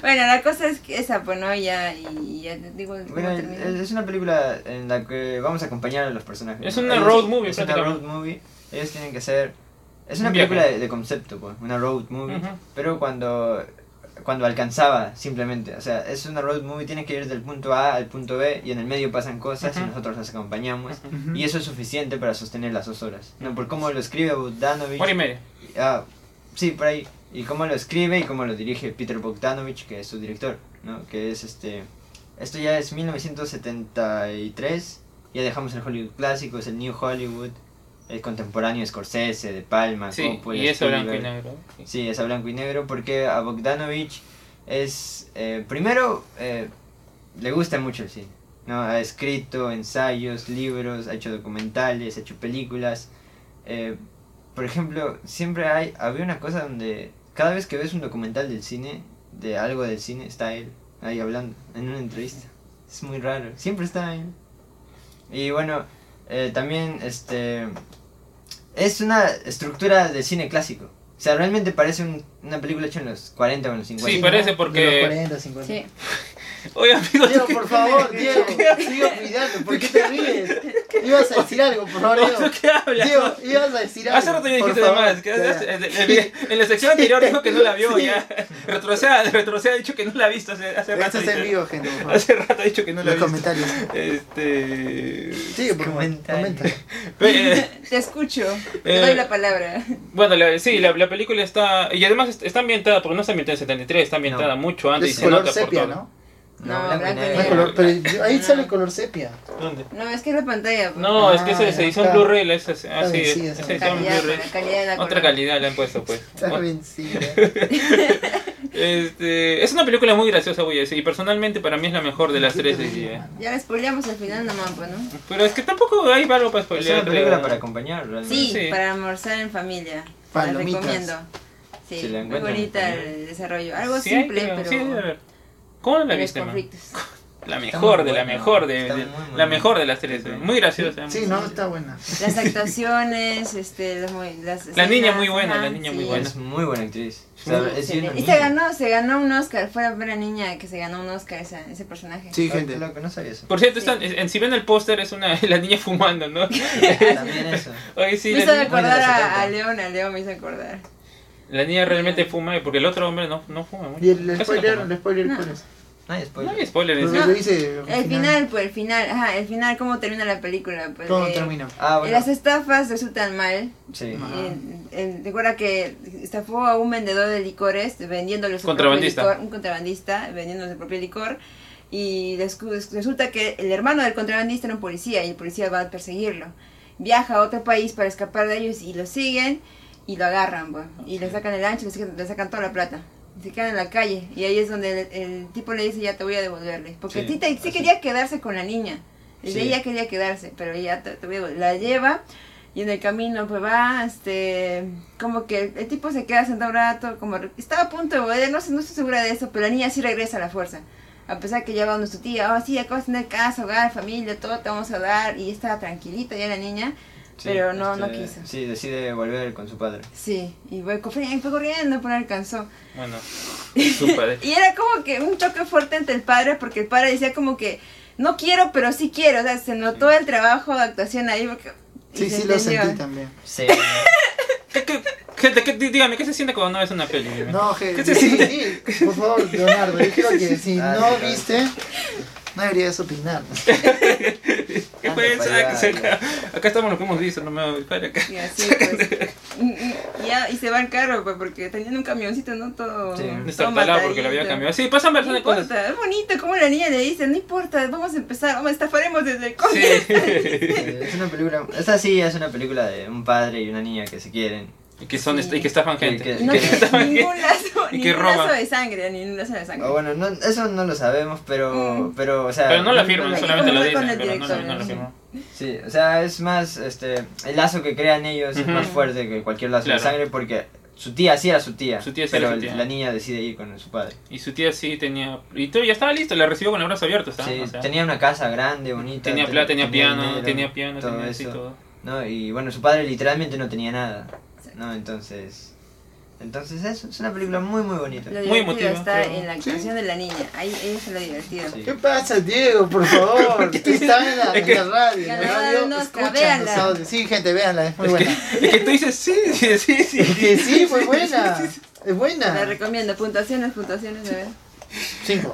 Bueno, la cosa es que esa, pues no, ya, y, y ya te digo, (laughs) ¿cómo Bueno, termina? es es una película en la que vamos a acompañar a los personajes. Es ¿no? una Ellos- road movie, Es una road prácticamente. movie. Ellos tienen que hacer. Es una Un viaje. película de, de concepto, pues. Una road movie. Ujú. Pero cuando. Cuando alcanzaba, simplemente. O sea, es una road movie, tienes que ir del punto A al punto B y en el medio pasan cosas y Ujú. nosotros las acompañamos. Ujú. Y eso es suficiente para sostener las dos horas. ¿no? Por cómo lo escribe Bogdanovich. Hora y media. Ah, sí, por ahí. Y cómo lo escribe y cómo lo dirige Peter Bogdanovich, que es su director, ¿no? Que es este... Esto ya es 1973, ya dejamos el Hollywood clásico, es el New Hollywood, el contemporáneo Scorsese, De Palma, Sí, Coppola, y eso blanco y Spielberg. negro. Sí. Sí, es a blanco y negro porque a Bogdanovich es... eh, primero, eh, le gusta mucho el cine. ¿no? Ha escrito ensayos, libros, ha hecho documentales, ha hecho películas. Eh, por ejemplo, siempre hay... Había una cosa donde cada vez que ves un documental del cine, de algo del cine, está él ahí hablando, en una entrevista. Es muy raro. Siempre está él. Y bueno, eh, también este... Es una estructura de cine clásico. O sea, realmente parece un- una película hecha en los 40 o en los 50. Sí, parece ¿no? porque- De los 40, 50. Sí. Oye, amigo, Diego, ¿tú por favor, Diego, sigue opinando, ¿por qué te ríes? Ibas a decir algo, por favor, Diego. qué hablas? Diego, ibas a decir algo. Hace rato ya por dijiste favor. nada más. que Ya, hace- ya. en, en- en la sección anterior dijo que no la vio Sí. ya. Retroceda, retroceda, ha dicho que no la ha visto hace, hace rato. Esto es en dice. vivo, gente. por favor. Hace rato ha dicho que no la ha Los visto. comentarios. Este. Sigue, por favor, Comentario. comenta. pe- (laughs) eh, (laughs) Te escucho, Eh, te doy la palabra. bueno, la- sí, la, la película está. Y además est- está ambientada, porque no está ambientada en 73, está ambientada No. mucho antes. y Es se color nota por sepia, todo. ¿no? No, blanco y blanco y No negro. es color- pero ahí sale color sepia. ¿Dónde? No, es que es la pantalla. pues. No, Ah, es que esa es ya edición está. Blu-ray, la- esa es- ah, Está sí, vencida, esa está edición calidad, Blu-ray. la calidad de la Otra corona. calidad le han puesto, pues. Está vencida. Este, es una película muy graciosa, voy a decir, y personalmente para mí es la mejor de las tres. diría. Ya la spoileamos al final nomás, pues, ¿no? Pero es que tampoco hay algo para Es spoilear. una película creo. para acompañar, realmente. Sí, Sí. para almorzar en familia. Palomitas. La recomiendo. Sí, Si la muy encuentran, bonita también. el desarrollo. Algo Sí, hay, simple, creo. pero Sí, debe haber. ¿Cómo la con los viste, man? conflictos. La Está mejor muy de la buena. mejor de, Está de- muy buena. la mejor de las tres. Sí, sí. Muy graciosa. Sí, muy- no, está buena. Las actuaciones, este, las, muy- las La niña escenas, muy buena, ajá, la niña muy sí. buena. Es muy buena actriz. O sea, es bien Excelente. Y unida. se ganó, se ganó un Oscar, fue la primera niña que se ganó un Oscar esa- ese personaje. Sí, Ah, gente. loco, no (laughs) sabía eso. Por cierto, están- en- si ven el póster es una (laughs) la niña fumando, ¿no? También eso. Oye, sí, me hizo la niña, Bueno, se acordar Pues, a, trata. a León, a León me hizo acordar. la niña realmente fuma eh, porque el otro hombre no, no fuma mucho. Y el Casi no spoiler, fuma. el spoiler, No. ¿cuál es? No hay No spoiler. hay spoiler en sí. Lo dice. El final, pues, el final, ajá, el final, cómo termina la película, pues. ¿Cómo eh, termina? Ah, eh, bueno. Las estafas resultan mal. Sí. Ajá. Eh, eh, recuerda que estafó a un vendedor de licores vendiéndole su Contrabandista. propio licor, un contrabandista vendiéndole su propio licor y descu- resulta que el hermano del contrabandista era un policía y el policía va a perseguirlo. Viaja a otro país para escapar de ellos y lo siguen y lo agarran, pues, y le sacan el ancho, le sacan, le sacan toda la plata. Y Se quedan en la calle y ahí es donde el, el tipo le dice ya te voy a devolverle. Porque Sí, sí, te- sí así. quería quedarse con la niña. El de Sí. ella quería quedarse, pero ya te, te voy a devolver. la lleva y en el camino pues va, este, como que el, el tipo se queda sentado un rato, como re- estaba a punto de volver, no sé, no estoy segura de eso, pero la niña sí regresa a la fuerza. A pesar que ya va donde su tía, oh sí, acabas de tener casa, hogar, familia, todo te vamos a dar y estaba tranquilita ya la niña, Sí, este, pero no, no quiso. Sí, decide volver con su padre. Sí, y fue, corri- fue corriendo, pero no alcanzó. Bueno, su padre. Y era como que un choque fuerte entre el padre, porque el padre decía como que no quiero, pero sí quiero. O sea, se notó el trabajo de actuación ahí. Porque, y Sí, se sí, lo entendió. sentí también. Sí. ¿Qué- qué- (laughs) Gente, ¿qué- dí- dígame, ¿qué se siente cuando no ves una peli? Dime. No, je- ¿Qué se siente? Por favor, Leonardo, yo creo que si Ah, no claro. viste, no deberías opinar. ¿Qué Anda fue? pa' Saca, allá, saca. Acá estamos lo que hemos visto, no me voy para acá. Y así, pues. Y- y- y ya, y se van caro, pues, porque tenían un camioncito, ¿no? Todo. Sí. No todo está talado porque lo había matadito. cambiado. Sí, pasan No versiones de cosas. importa, es bonito como la niña le dice, no importa, vamos a empezar, vamos, estafaremos desde el (laughs) Sí. comienzo. (laughs) Eh, (laughs) Es una película. Esta sí es una película de un padre y una niña que se quieren. Y que son Sí. est- y que estafan Que- gente. que- No Y que- tiene ningún lazo, (laughs) Y que ningún roban. lazo de sangre, ningún lazo de sangre. O Ah, bueno, no- eso no lo sabemos, pero. Mm. Pero, o sea. Pero no la firman, Ahí solamente lo conversé con dicen, pero el no, la- no la director, firman. Sí, o sea, es más. este El lazo que crean ellos es Ujú. más fuerte que cualquier lazo Claro. de sangre porque su tía sí era su tía. Su tía sí pero era su tía. la niña decide ir con su padre. Y su tía sí tenía... Y tú ya estaba listo, la recibió con el brazo abierto, ¿está? Sí, Ah, O sea, tenía una casa grande, bonita. tenía ten- plata, tenía piano, dinero, tenía piano, todo tenía así eso. todo. ¿no? Y bueno, su padre literalmente no tenía nada, ¿no? Entonces, entonces es, es una película muy, muy bonita. Lo Muy emotivo, divertido está pero- en la Sí. actuación de la niña, ahí es lo divertido. Sí. ¿Qué pasa, Diego? Por (laughs) favor, tú estás en la, Es que- en la radio. En Ganadora la de un radio, Oscar, escuchan los véanla. audios. Sí, gente, véanla, es muy Es que, (laughs) buena. (laughs) es que tú dices, sí, sí, sí, sí. (laughs) Es que sí, fue buena. Es La buena. recomiendo, puntuaciones, puntuaciones, a ver. Cinco.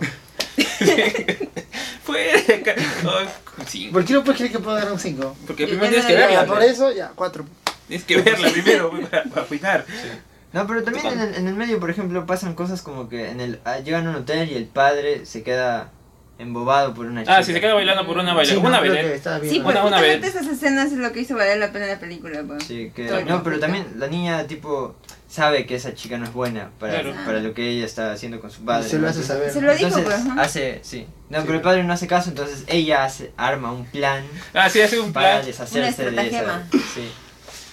Fuera de acá. Ay, sí, ¿Por qué no puedes creer que puedo dar un cinco? porque Yo primero tienes ya que la- Ya, verla. por pues. eso, ya, cuatro. Tienes que verla primero pues, para, para opinar. No, pero también en el, en el medio, por ejemplo, pasan cosas como que en el, ah, llegan a un hotel y el padre se queda embobado por una chica. Ah, si se queda bailando por una baila. Sí, no, una creo que vedette. estaba bien. Sí, pues Una- una justamente vez. esas escenas es lo que hizo valer la pena la película, pues. Sí, que- Todo el no, pero conflicto. también la niña, tipo, sabe que esa chica no es buena para, Claro. para lo que ella está haciendo con su Y padre. Se lo ¿no? hace Entonces- saber. Se lo dijo, Entonces, pues. ajá. hace, sí. No, pero el padre no hace caso, entonces ella hace, arma un plan Ah, sí, hace un para plan. deshacerse Una de esa. estratagema. Sí.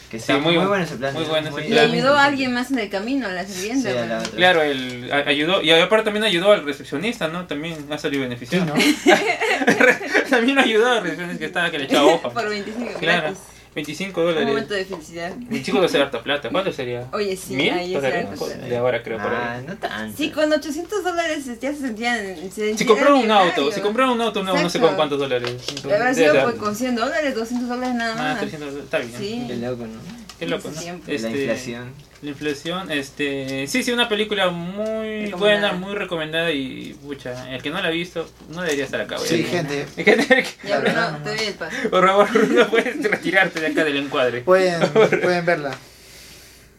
Que está muy- muy, bueno ese plan. muy ¿no? bueno ese Y plan. ayudó a alguien más en el camino, a la sirvienta. Sí, a la pues. otra. Claro, el, a- ayudó. Y aparte también ayudó al recepcionista, ¿no? También ha salido Sí, beneficiado. ¿no? (laughs) también ayudó al recepcionista que estaba que le (laughs) echaba hoja. Por 25 Claro. gratis. 25 Un dólares. momento de felicidad. Mi chico debe ser harta plata. ¿Cuánto sería? Oye, sí, ¿Mil ahí es dólares? harta Joder, plata. De ahora creo, por Ah, ahí. no tanto. Sí, con 800 dólares ya se sentían. Se Si sentían compraron un auto, millonarios. si compraron un auto nuevo, no sé Exacto. con cuántos dólares. Le habrá Debe sido ser- pues, con 100 dólares, 200 dólares nada Ah, más. 300 está bien. Sí. Qué loco, ¿no? Qué loco, ¿no? Siempre. Este, La inflación. La inflación, este. Sí, sí, una película muy Recomendada. buena, muy recomendada y. Pucha, el que no la ha visto, no debería estar acá, güey. Sí, gente. El que- (laughs) Ya, La verdad, Bruno, no. te doy el paso. Por favor, no puedes retirarte de acá del encuadre. (laughs) Pueden, pueden verla.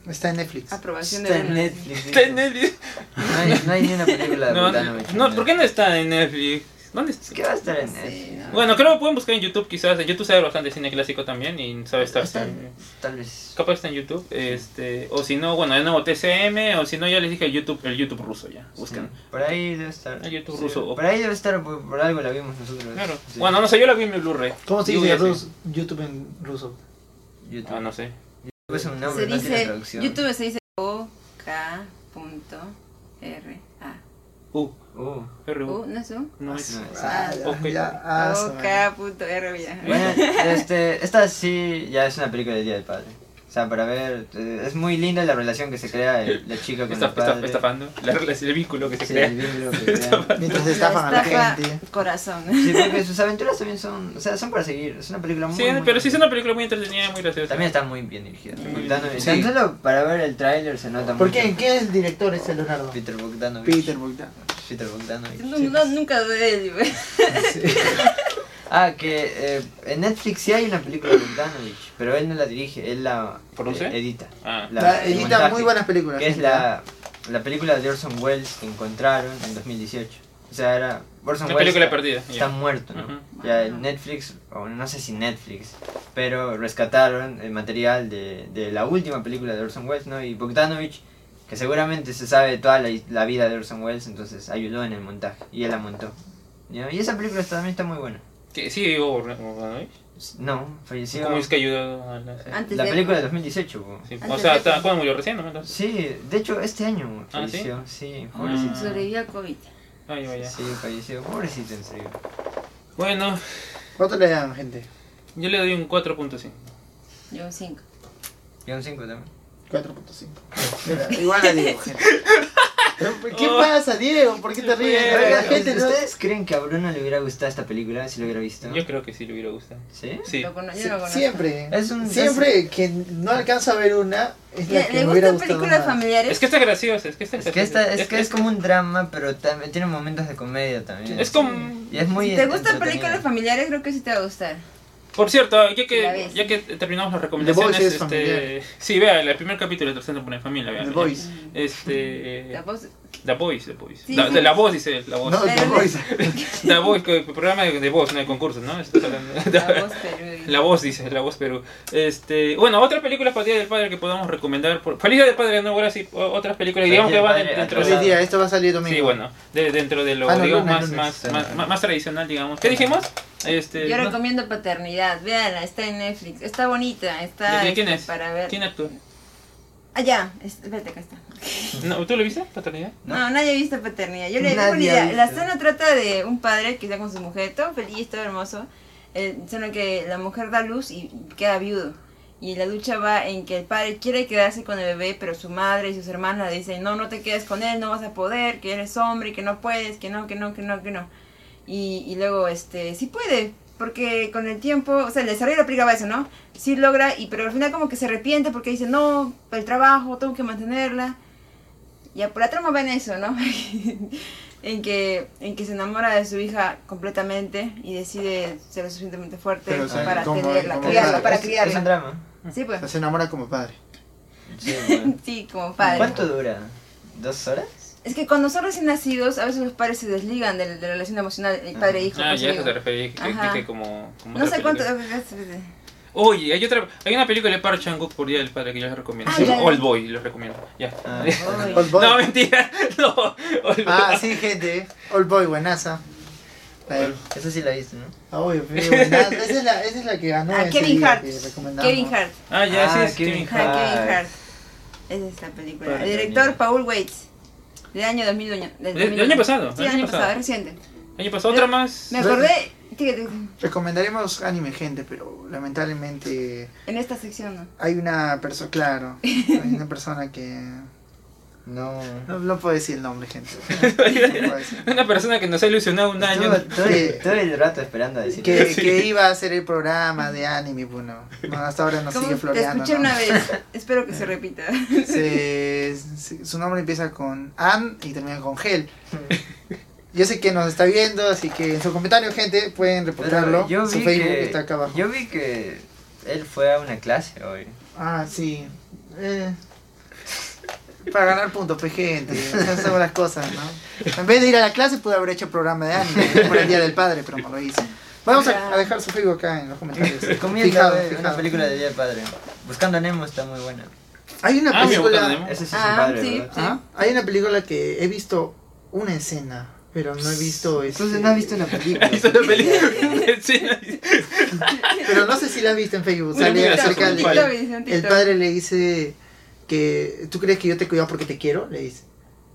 Está en Netflix. Aprobación de Está en Bruno. Netflix. Está en dice. Netflix. No hay, no hay ni una película de No, Bogotá, no, me no, entiendo. ¿por qué no está en Netflix? ¿Dónde está? ¿Qué va a estar en Sí, Netflix? no. Bueno, creo que pueden buscar en YouTube, quizás. En YouTube sabe bastante cine clásico también y sabe Ah, estar. Está- en- Tal vez. Capaz está en YouTube. Este, o si no, bueno, de nuevo TCM. O si no, ya les dije el YouTube, el YouTube ruso ya. Buscan. Sí, Por ahí debe estar. El Ah, YouTube ruso. Por ahí debe estar, por, por algo la vimos nosotros. Claro. Sí. Bueno, no sé, yo la vi en mi Blu-ray. ¿Cómo se Yo dice ya sé. ruso? YouTube en ruso. YouTube. Ah, no sé. Es un Se nombre, no tiene dice, traducción. YouTube se dice OK.RA. Uh, Uh. RU. ¿U? ¿No es U? No Ah, es. no, es- Ah, ya, Ok. ya, ah, su madre. OK.RA. ya. (laughs) Bueno, este, esta sí ya es una película del Día del Padre. O sea, para ver, eh, es muy linda la relación que se crea el- la chica con Está, el está, padre. estafando. La, la- el vínculo que se Sí, crea. el (laughs) vínculo que crea. Mientras La pues estafan a la estafa gente. Corazón. Sí, porque sus aventuras también son, o sea, son para seguir. Es una película muy, Sí, muy pero sí es una película muy entretenida, muy graciosa. También está muy bien dirigida. Muy Bogdanovich. bien. Sí. Tan solo para ver el tráiler se nota ¿Por mucho. qué? ¿Qué es el director ese Leonardo? Peter Bogdanovich. Peter Bogdan. Peter Bogdanovich. No, no, nunca de él, güey. Ah, que eh, en Netflix sí hay una película de Bogdanovich, pero él no la dirige, él la ¿Produce? eh, edita. Ah. La- Da- el Edita montaje, muy buenas películas. Que es gente. ¿eh? la, la película de Orson Welles que encontraron en 2018. O sea, era. Orson Una Welles película está, perdida, Está ya. muerto, ¿no? Ujú. Ya en Netflix, o no sé si Netflix, pero rescataron el material de, de la última película de Orson Welles, ¿no? Y Bogdanovich, que seguramente se sabe toda la, la vida de Orson Welles, entonces ayudó en el montaje y él la montó. ¿ya? Y esa película también está muy buena. Que- Sí, digo, Bogdanovich. No, falleció. ¿Cómo es que ayudó a la serie? Antes La de- película de 2018, po. Sí, O Antes sea, de- está- ¿cuándo murió recién? ¿no? Entonces- Sí, de hecho este año Ah, ¿sí? falleció, sí, Ah, pobrecito. Sobrevivió al COVID. Ay, vaya. Sí, falleció. Pobrecito, en serio. Bueno, ¿Cuánto le dan, gente? yo le doy un 4.5. Yo 5. Y un 5 también. 4.5. Mira, Igual la digo, gente. ¿Qué pasa, Diego? ¿Por qué te ríes? Bueno, A ver, La no, gente no... ¿Ustedes creen que a Bruno le hubiera gustado esta película si lo hubiera visto? Yo creo que sí le hubiera gustado. (laughs) ¿Sí? Sí. Lo cono- yo Sie- no conozco. Siempre. Es un- siempre que no alcanzo a ver una, es la Le, que le me hubiera gustan gustado películas más. familiares. Es que está graciosa, es que está Es que, esta, graciosa. es, que es como un drama, pero también tiene momentos de comedia también. Es como... Y es muy si te gustan entretenida. películas familiares, creo que sí te va a gustar. Por cierto, ya La que, ves. ya que terminamos las The Voice recomendaciones, es este... familiar. Sí, vea, el primer capítulo de Tercera Temporada de Familia, vea. The Boys. Este... Mm, La (laughs) voz- The Voice, The Voice. Sí, Da- sí. de la voz, dice él, la voz. No, The Pero- Boys. (laughs) La voz, que- que programa de, de voz, no de concursos, ¿no? Estás hablando- la voz peruana. (laughs) La voz, dice, la voz Perú. Este, bueno, otra película para el Día del Padre que podamos recomendar. Por... Feliz Día del Padre, no, ahora sí, o- otras películas, Feliz digamos que Día del van Padre dentro Hoy atrasado. de... día, esto va a salir domingo. Sí, bueno, de- dentro de lo, Ah, no, digamos, lunes, más, lunes, más, sí, más, no. más, más tradicional, digamos. ¿Qué dijimos? Este, Yo no- recomiendo Paternidad, véanla, está en Netflix, está bonita, está ¿De- de quién este, es? para ver. ¿Quién actúa? Allá, espérate, acá está. No, ¿Tú lo viste, paternidad? No, nadie ha visto paternidad. Yo le Nadie digo ha idea. visto. La escena trata de un padre que está con su mujer, todo feliz, todo hermoso. Eh, solo que la mujer da luz y queda viudo. Y la lucha va en que el padre quiere quedarse con el bebé, pero su madre y sus hermanas le dicen, no, no te quedes con él, no vas a poder, que eres hombre, que no puedes, que no, que no, que no, que no. Y, y luego, este, sí puede, porque con el tiempo, o sea, el desarrollo aplicaba eso, ¿no? Sí logra, y pero al final como que se arrepiente porque dice, no, el trabajo, tengo que mantenerla. Ya por la trama va en eso, ¿no? (laughs) en, que, en que se enamora de su hija completamente y decide ser lo suficientemente fuerte Pero, o sea, para ¿cómo- tenerla, cómo criarla, padre? para Es- Es un criarla. drama. Sí, O sea, pues. se enamora como padre. Sí, (laughs) bueno. Sí, como padre. ¿Cuánto dura? ¿Dos horas? Es que cuando son recién nacidos, a veces los padres se desligan de, de la relación emocional, el padre e hijo. Ah, pues, ya digo. eso te referí, que- Ajá. dije como... como No otra sé cuánto. película. Oye, hay otra, hay una película de Park Chan-wook por Día del Padre que yo les recomiendo. Ah, Se llama ya, ya. Old Boy, los recomiendo. Ya. (laughs) Ah. Ay. Old Boy. No, mentira. (laughs) No. Old Boy. Ah, sí, gente. Old Boy, buenaza. La de- Esa sí la viste, ¿no? Ah, obvio, pero buenaza. Esa es la, esa es la que ganó. Ah, ese Kevin día Hart. que recomendamos. Kevin Hart. Ah, ya, sí, Ah, es Kevin Kevin Ajá, Kevin Hart. Hart. Esa es la película. Bueno, El director mira. Paul Waits. Del año 2000. Del, del año pasado, Sí, del año pasado, es reciente. Año pasado otra más. Me acordé. fíjate, Recomendaremos anime, gente, pero lamentablemente En esta sección no. hay una persona, (laughs) claro, hay una persona que... No. No, no puedo decir el nombre, (laughs) gente. No puedo decir. Una persona que nos ha ilusionado un año. Estuve todo, el- Sí. todo el rato esperando a decir. que, que iba a hacer el programa de anime, bueno, no, hasta ahora nos Como sigue te floreando. escuché ¿no? (laughs) una vez. Espero que se repita. Se- se- su nombre empieza con An y termina con (laughs) Gel. Yo sé que nos está viendo, así que en su comentario, gente, pueden reportarlo. yo Su vi Facebook que, está acá abajo. Yo vi que él fue a una clase hoy. Ah, sí. Eh, para ganar puntos, pues, gente. Esas son las cosas, ¿no? En vez de ir a la clase, pude haber hecho programa de anime por el Día del Padre, pero no lo hice. Vamos a, a dejar su Facebook acá en los comentarios. Comienza a Fijado, ver eh, una fijado. película de Día del Padre. Buscando a Nemo está muy buena. Hay una Ah, me gusta película... Nemo. Ese sí es Ah, un padre, sí. ¿verdad? Ah, Hay una película que he visto una escena, pero no he visto este- Entonces Pues, no has visto una (laughs) película. (laughs) Hizo la (laughs) película. Sí, la hizo. Pero no sé si la has visto en Facebook. Una Sale amiga, acerca un de TikTok, dice, un el TikTok. padre le dice que tú crees que yo te cuidaba porque te quiero, le dice.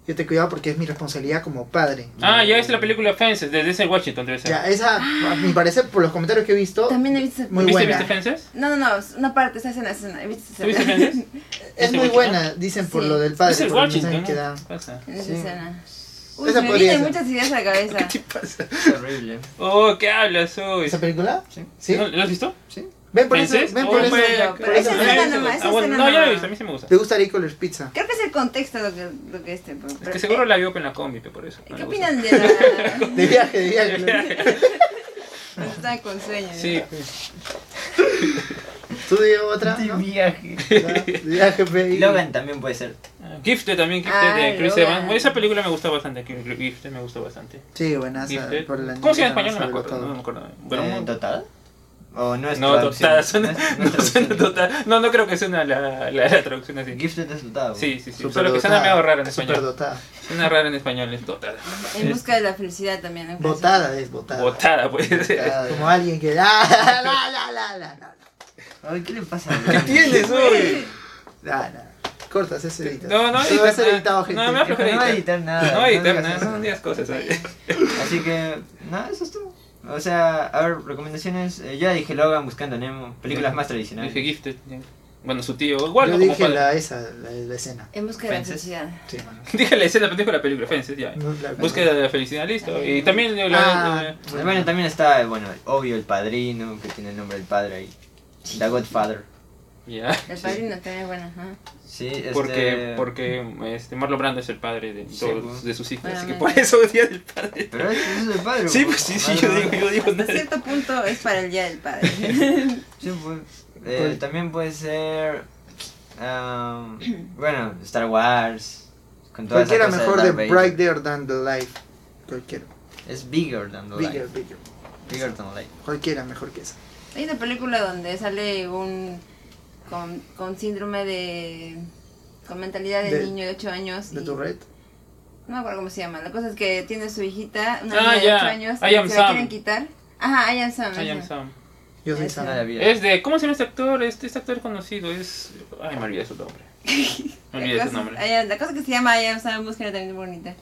Yo te cuidaba porque es mi responsabilidad como padre. Ah, ya es la película Fences, de Denzel Washington, debe ser. Ya, esa, a mi parecer, por los comentarios que he visto, También he visto esa Muy ¿Viste, buena. viste Fences? No, no, no. es Una parte, esa escena, esa escena. He visto ¿Tú esa viste (laughs) escena. Fences? es muy Denzel buena, dicen por Sí. lo del padre. Denzel por el mensaje Washington, que ¿no? da. ¿Qué pasa? (laughs) En esa Sí. escena. Uy, Esa se me podría vienen ser. muchas ideas a (laughs) la cabeza. Es horrible. Oh, ¿qué hablas hoy? ¿Esa película? Sí. ¿Sí? ¿No- ¿Lo has visto? Sí. Ven por eso, ¿Fences? ven Oh, por eso. fue- Pero por esa eso- escena nomás, esa Ah, bueno, escena No, ya la he nomás. visto, a mí sí me gusta. ¿Te gustaría Color (laughs) Pizza? Creo que es el contexto lo que, lo que este. pero- Es que seguro la vio en la combi, pero por eso. no ¿Qué le gusta. opinan de la.? De viaje, de viaje. Cuando estaba Pues con sueño. Sí, ¿Tú Diego, otra? De ¿no? viaje. Ya, Viaje, pe, y- Logan también puede ser. Gifted también, Gifted Ah, de Chris Logan. Evans. Bueno, Esa película me gusta bastante, Gifted me gusta bastante. Sí, Ah, buenas. Gifted. por la ¿Cómo se llama en niña, español? No me sobre acuerdo, todo. no me acuerdo. Bueno, Eh, muy- ¿Dotada? ¿O no es No, traducción? dotada, suena, (laughs) No es- no no, es suena traducción. dotada. No, no creo que suene la, la, la traducción así. Gifted es dotada. Sí, sí, sí. Solo que Superdotada, suena medio raro en español. Superdotada. Suena raro en español, es dotada. En busca de la felicidad también. ¿no? Botada es botada. Botada, pues. (laughs) Botada. Como alguien que. ¡Ah, (laughs) la, la, la, la, la! Ay, ¿qué le pasa? (laughs) ¿Qué tienes hoy? La, la. Cortas ese editado. No, no Eso va a editas ser nada. editado, gente. No, me va a No flojera va a editar. editar nada. No voy a editar Ah, digas nada, eso. no digas cosas. ¿sabes? Así que, nada, eso es todo. O sea, a ver, recomendaciones. eh, ya dije Logan buscando a Nemo, películas más tradicionales. Dije Gifted. ya. Bueno, su tío, igual, Yo ¿no? Como dije padre. la, esa, la, la escena. En busca de la Fences. felicidad. Sí. (laughs) Dije la escena, pendejo, la película, fíjense, ya. No, la- Búsqueda de la felicidad, listo. Y también eh, la- Ah. eh, Pues, Bueno, también está, bueno, obvio el padrino, que tiene el nombre del padre ahí. The Godfather. ya. El padrino también es bueno. ajá. Sí, este... Porque, porque este, Marlon Brando es el padre de, Sí, todos- pues. de sus hijos, así que Claramente. por eso es día del (laughs) padre. Pero es, es el padre. Ah, Sí, po. pues sí, sí, Vale, yo vale. digo, yo digo Hasta nada. cierto punto es para el día del padre. (laughs) Sí, pues, eh, Pues- también puede ser. ah, bueno, Star Wars. Con toda esa Cualquiera cosa mejor de Darth Vader. Brighter Than the Life. Cualquiera. Es bigger than the Bigger, light. bigger. Bigger than light. Cualquiera mejor que esa. Hay una película donde sale un con, con síndrome de con mentalidad de, De- niño de 8 años. ¿De y- tu red? No me acuerdo cómo se llama. La cosa es que tiene su hijita, una Ah, niña de ya. 8 años, I y Am se Sam. la quieren quitar. Ajá, I am Sam. I am esa. Sam. Yo soy Esa. No Sam. Ah, la vi. Es de, ¿cómo se llama este actor? Este, este actor conocido es... Ay, me olvidé su nombre. Me La olvidé su cosa- nombre. I am- la cosa que se llama I am Sam, búsquela también es bonita.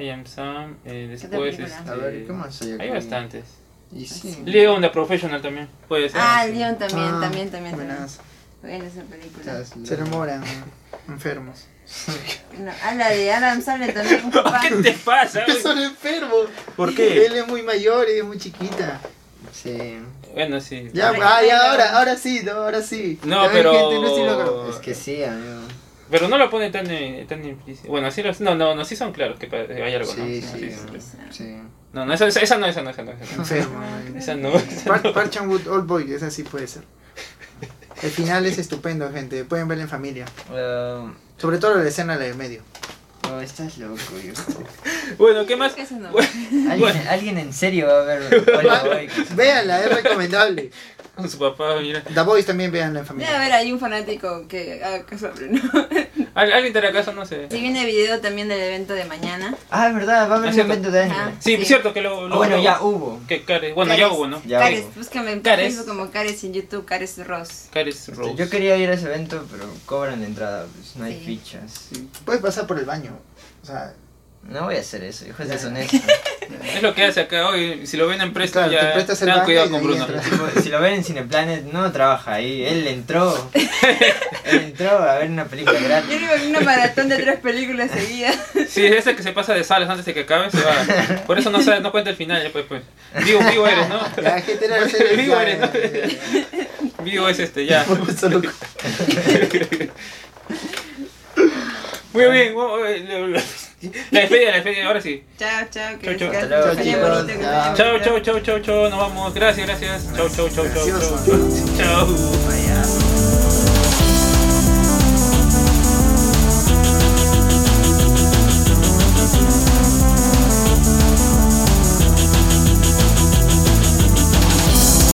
I am Sam, eh, después... película? este, A ver, ¿cómo soy Hay bastantes. Y sí. Leon, The Professional también. Puede ser. Ah, Leon también, Ah, también, también, también. buenas. Buena esa película. Estás- Se enamoran (laughs) enfermos. No, a la de Adam Sandler (laughs) también. papá. Ah, ¿Qué te pasa? güey? Son enfermos. ¿Por qué? Él es muy mayor y es muy chiquita. Sí. Bueno, sí. Ya, Ay, pues, ah, ya, no. ahora, ahora sí, no, ahora sí. No, Ya ven, pero- gente, no estoy loco. Es que sí, amigo. Pero no lo pone tan, eh, tan implícito. Bueno, sí, los- no, no, no, sí son claros que pa- hay algo, ¿no? Sí, sí. sí, sí. Sí. No, no, esa, esa- esa no, esa no, esa no. Esa no, Enfermo. eh. Esa no. (laughs) Par- Parch and Wood Old Boy, esa sí puede ser. El final es estupendo, gente. Pueden verla en familia. Ah, Sobre todo la escena la de medio. oh, estás loco, hijo. Bueno, ¿qué más? Creo que esa no. ¿Alguien, Bueno. alguien en serio va a ver. (laughs) Hola, Boy? Véanla, es recomendable. Con su papá, mira. The Boys también véanla en Debe familia. haber ahí un fanático que haga caso sobre, ¿no? (laughs) ¿Al- ¿Alguien de la casa no sé? Si viene video también del evento de mañana. Ah, es verdad, va a haber Ah, un cierto. evento de anime. Ajá. Sí, Sí. cierto que lo... Ah, lo- bueno, lo- ya hubo. Que Care- Bueno, ya Cares- hubo, ¿no? Ya Cares, hubo. búscame en Cares. Facebook como Cares y en YouTube, Cares Ross. Cares Rose. Este, Yo quería ir a ese evento, pero cobran la entrada, pues no hay Sí. fichas. Puedes pasar por el baño. (laughs) O sea, No voy a hacer eso, hijo es Ya. deshonesto. Es lo que hace acá hoy. Si lo ven en presto, Claro, te ya. prestas el Tengan baño cuidado y con ahí Bruno. entras. Tipo, si lo ven en Cineplanet, no trabaja ahí. Él entró. Él entró a ver una película Yo gratis. digo que una maratón de tres películas seguidas. (laughs) Sí, es ese que se pasa de sales antes de que acabe, se va. Por eso no, sabe- no cuenta el final, ya pues, pues. Vivo, vivo eres, ¿no? la gente era hacer el (laughs) Vivo eres, ¿no? (laughs) Vivo es este, ya. Solo- Muy bien, bueno, eh, lo- lo- la despedida, la despedida, ahora sí. Chao, chao, que Chao, chao. descansen, Hasta luego, que estén chicos. bonito, que estén Chao. Chao, bonito. chao, chao, chao, chao, nos vamos. Gracias, gracias. Chao, chao, chao, chao. Gracioso. Chao. chao. Payaso.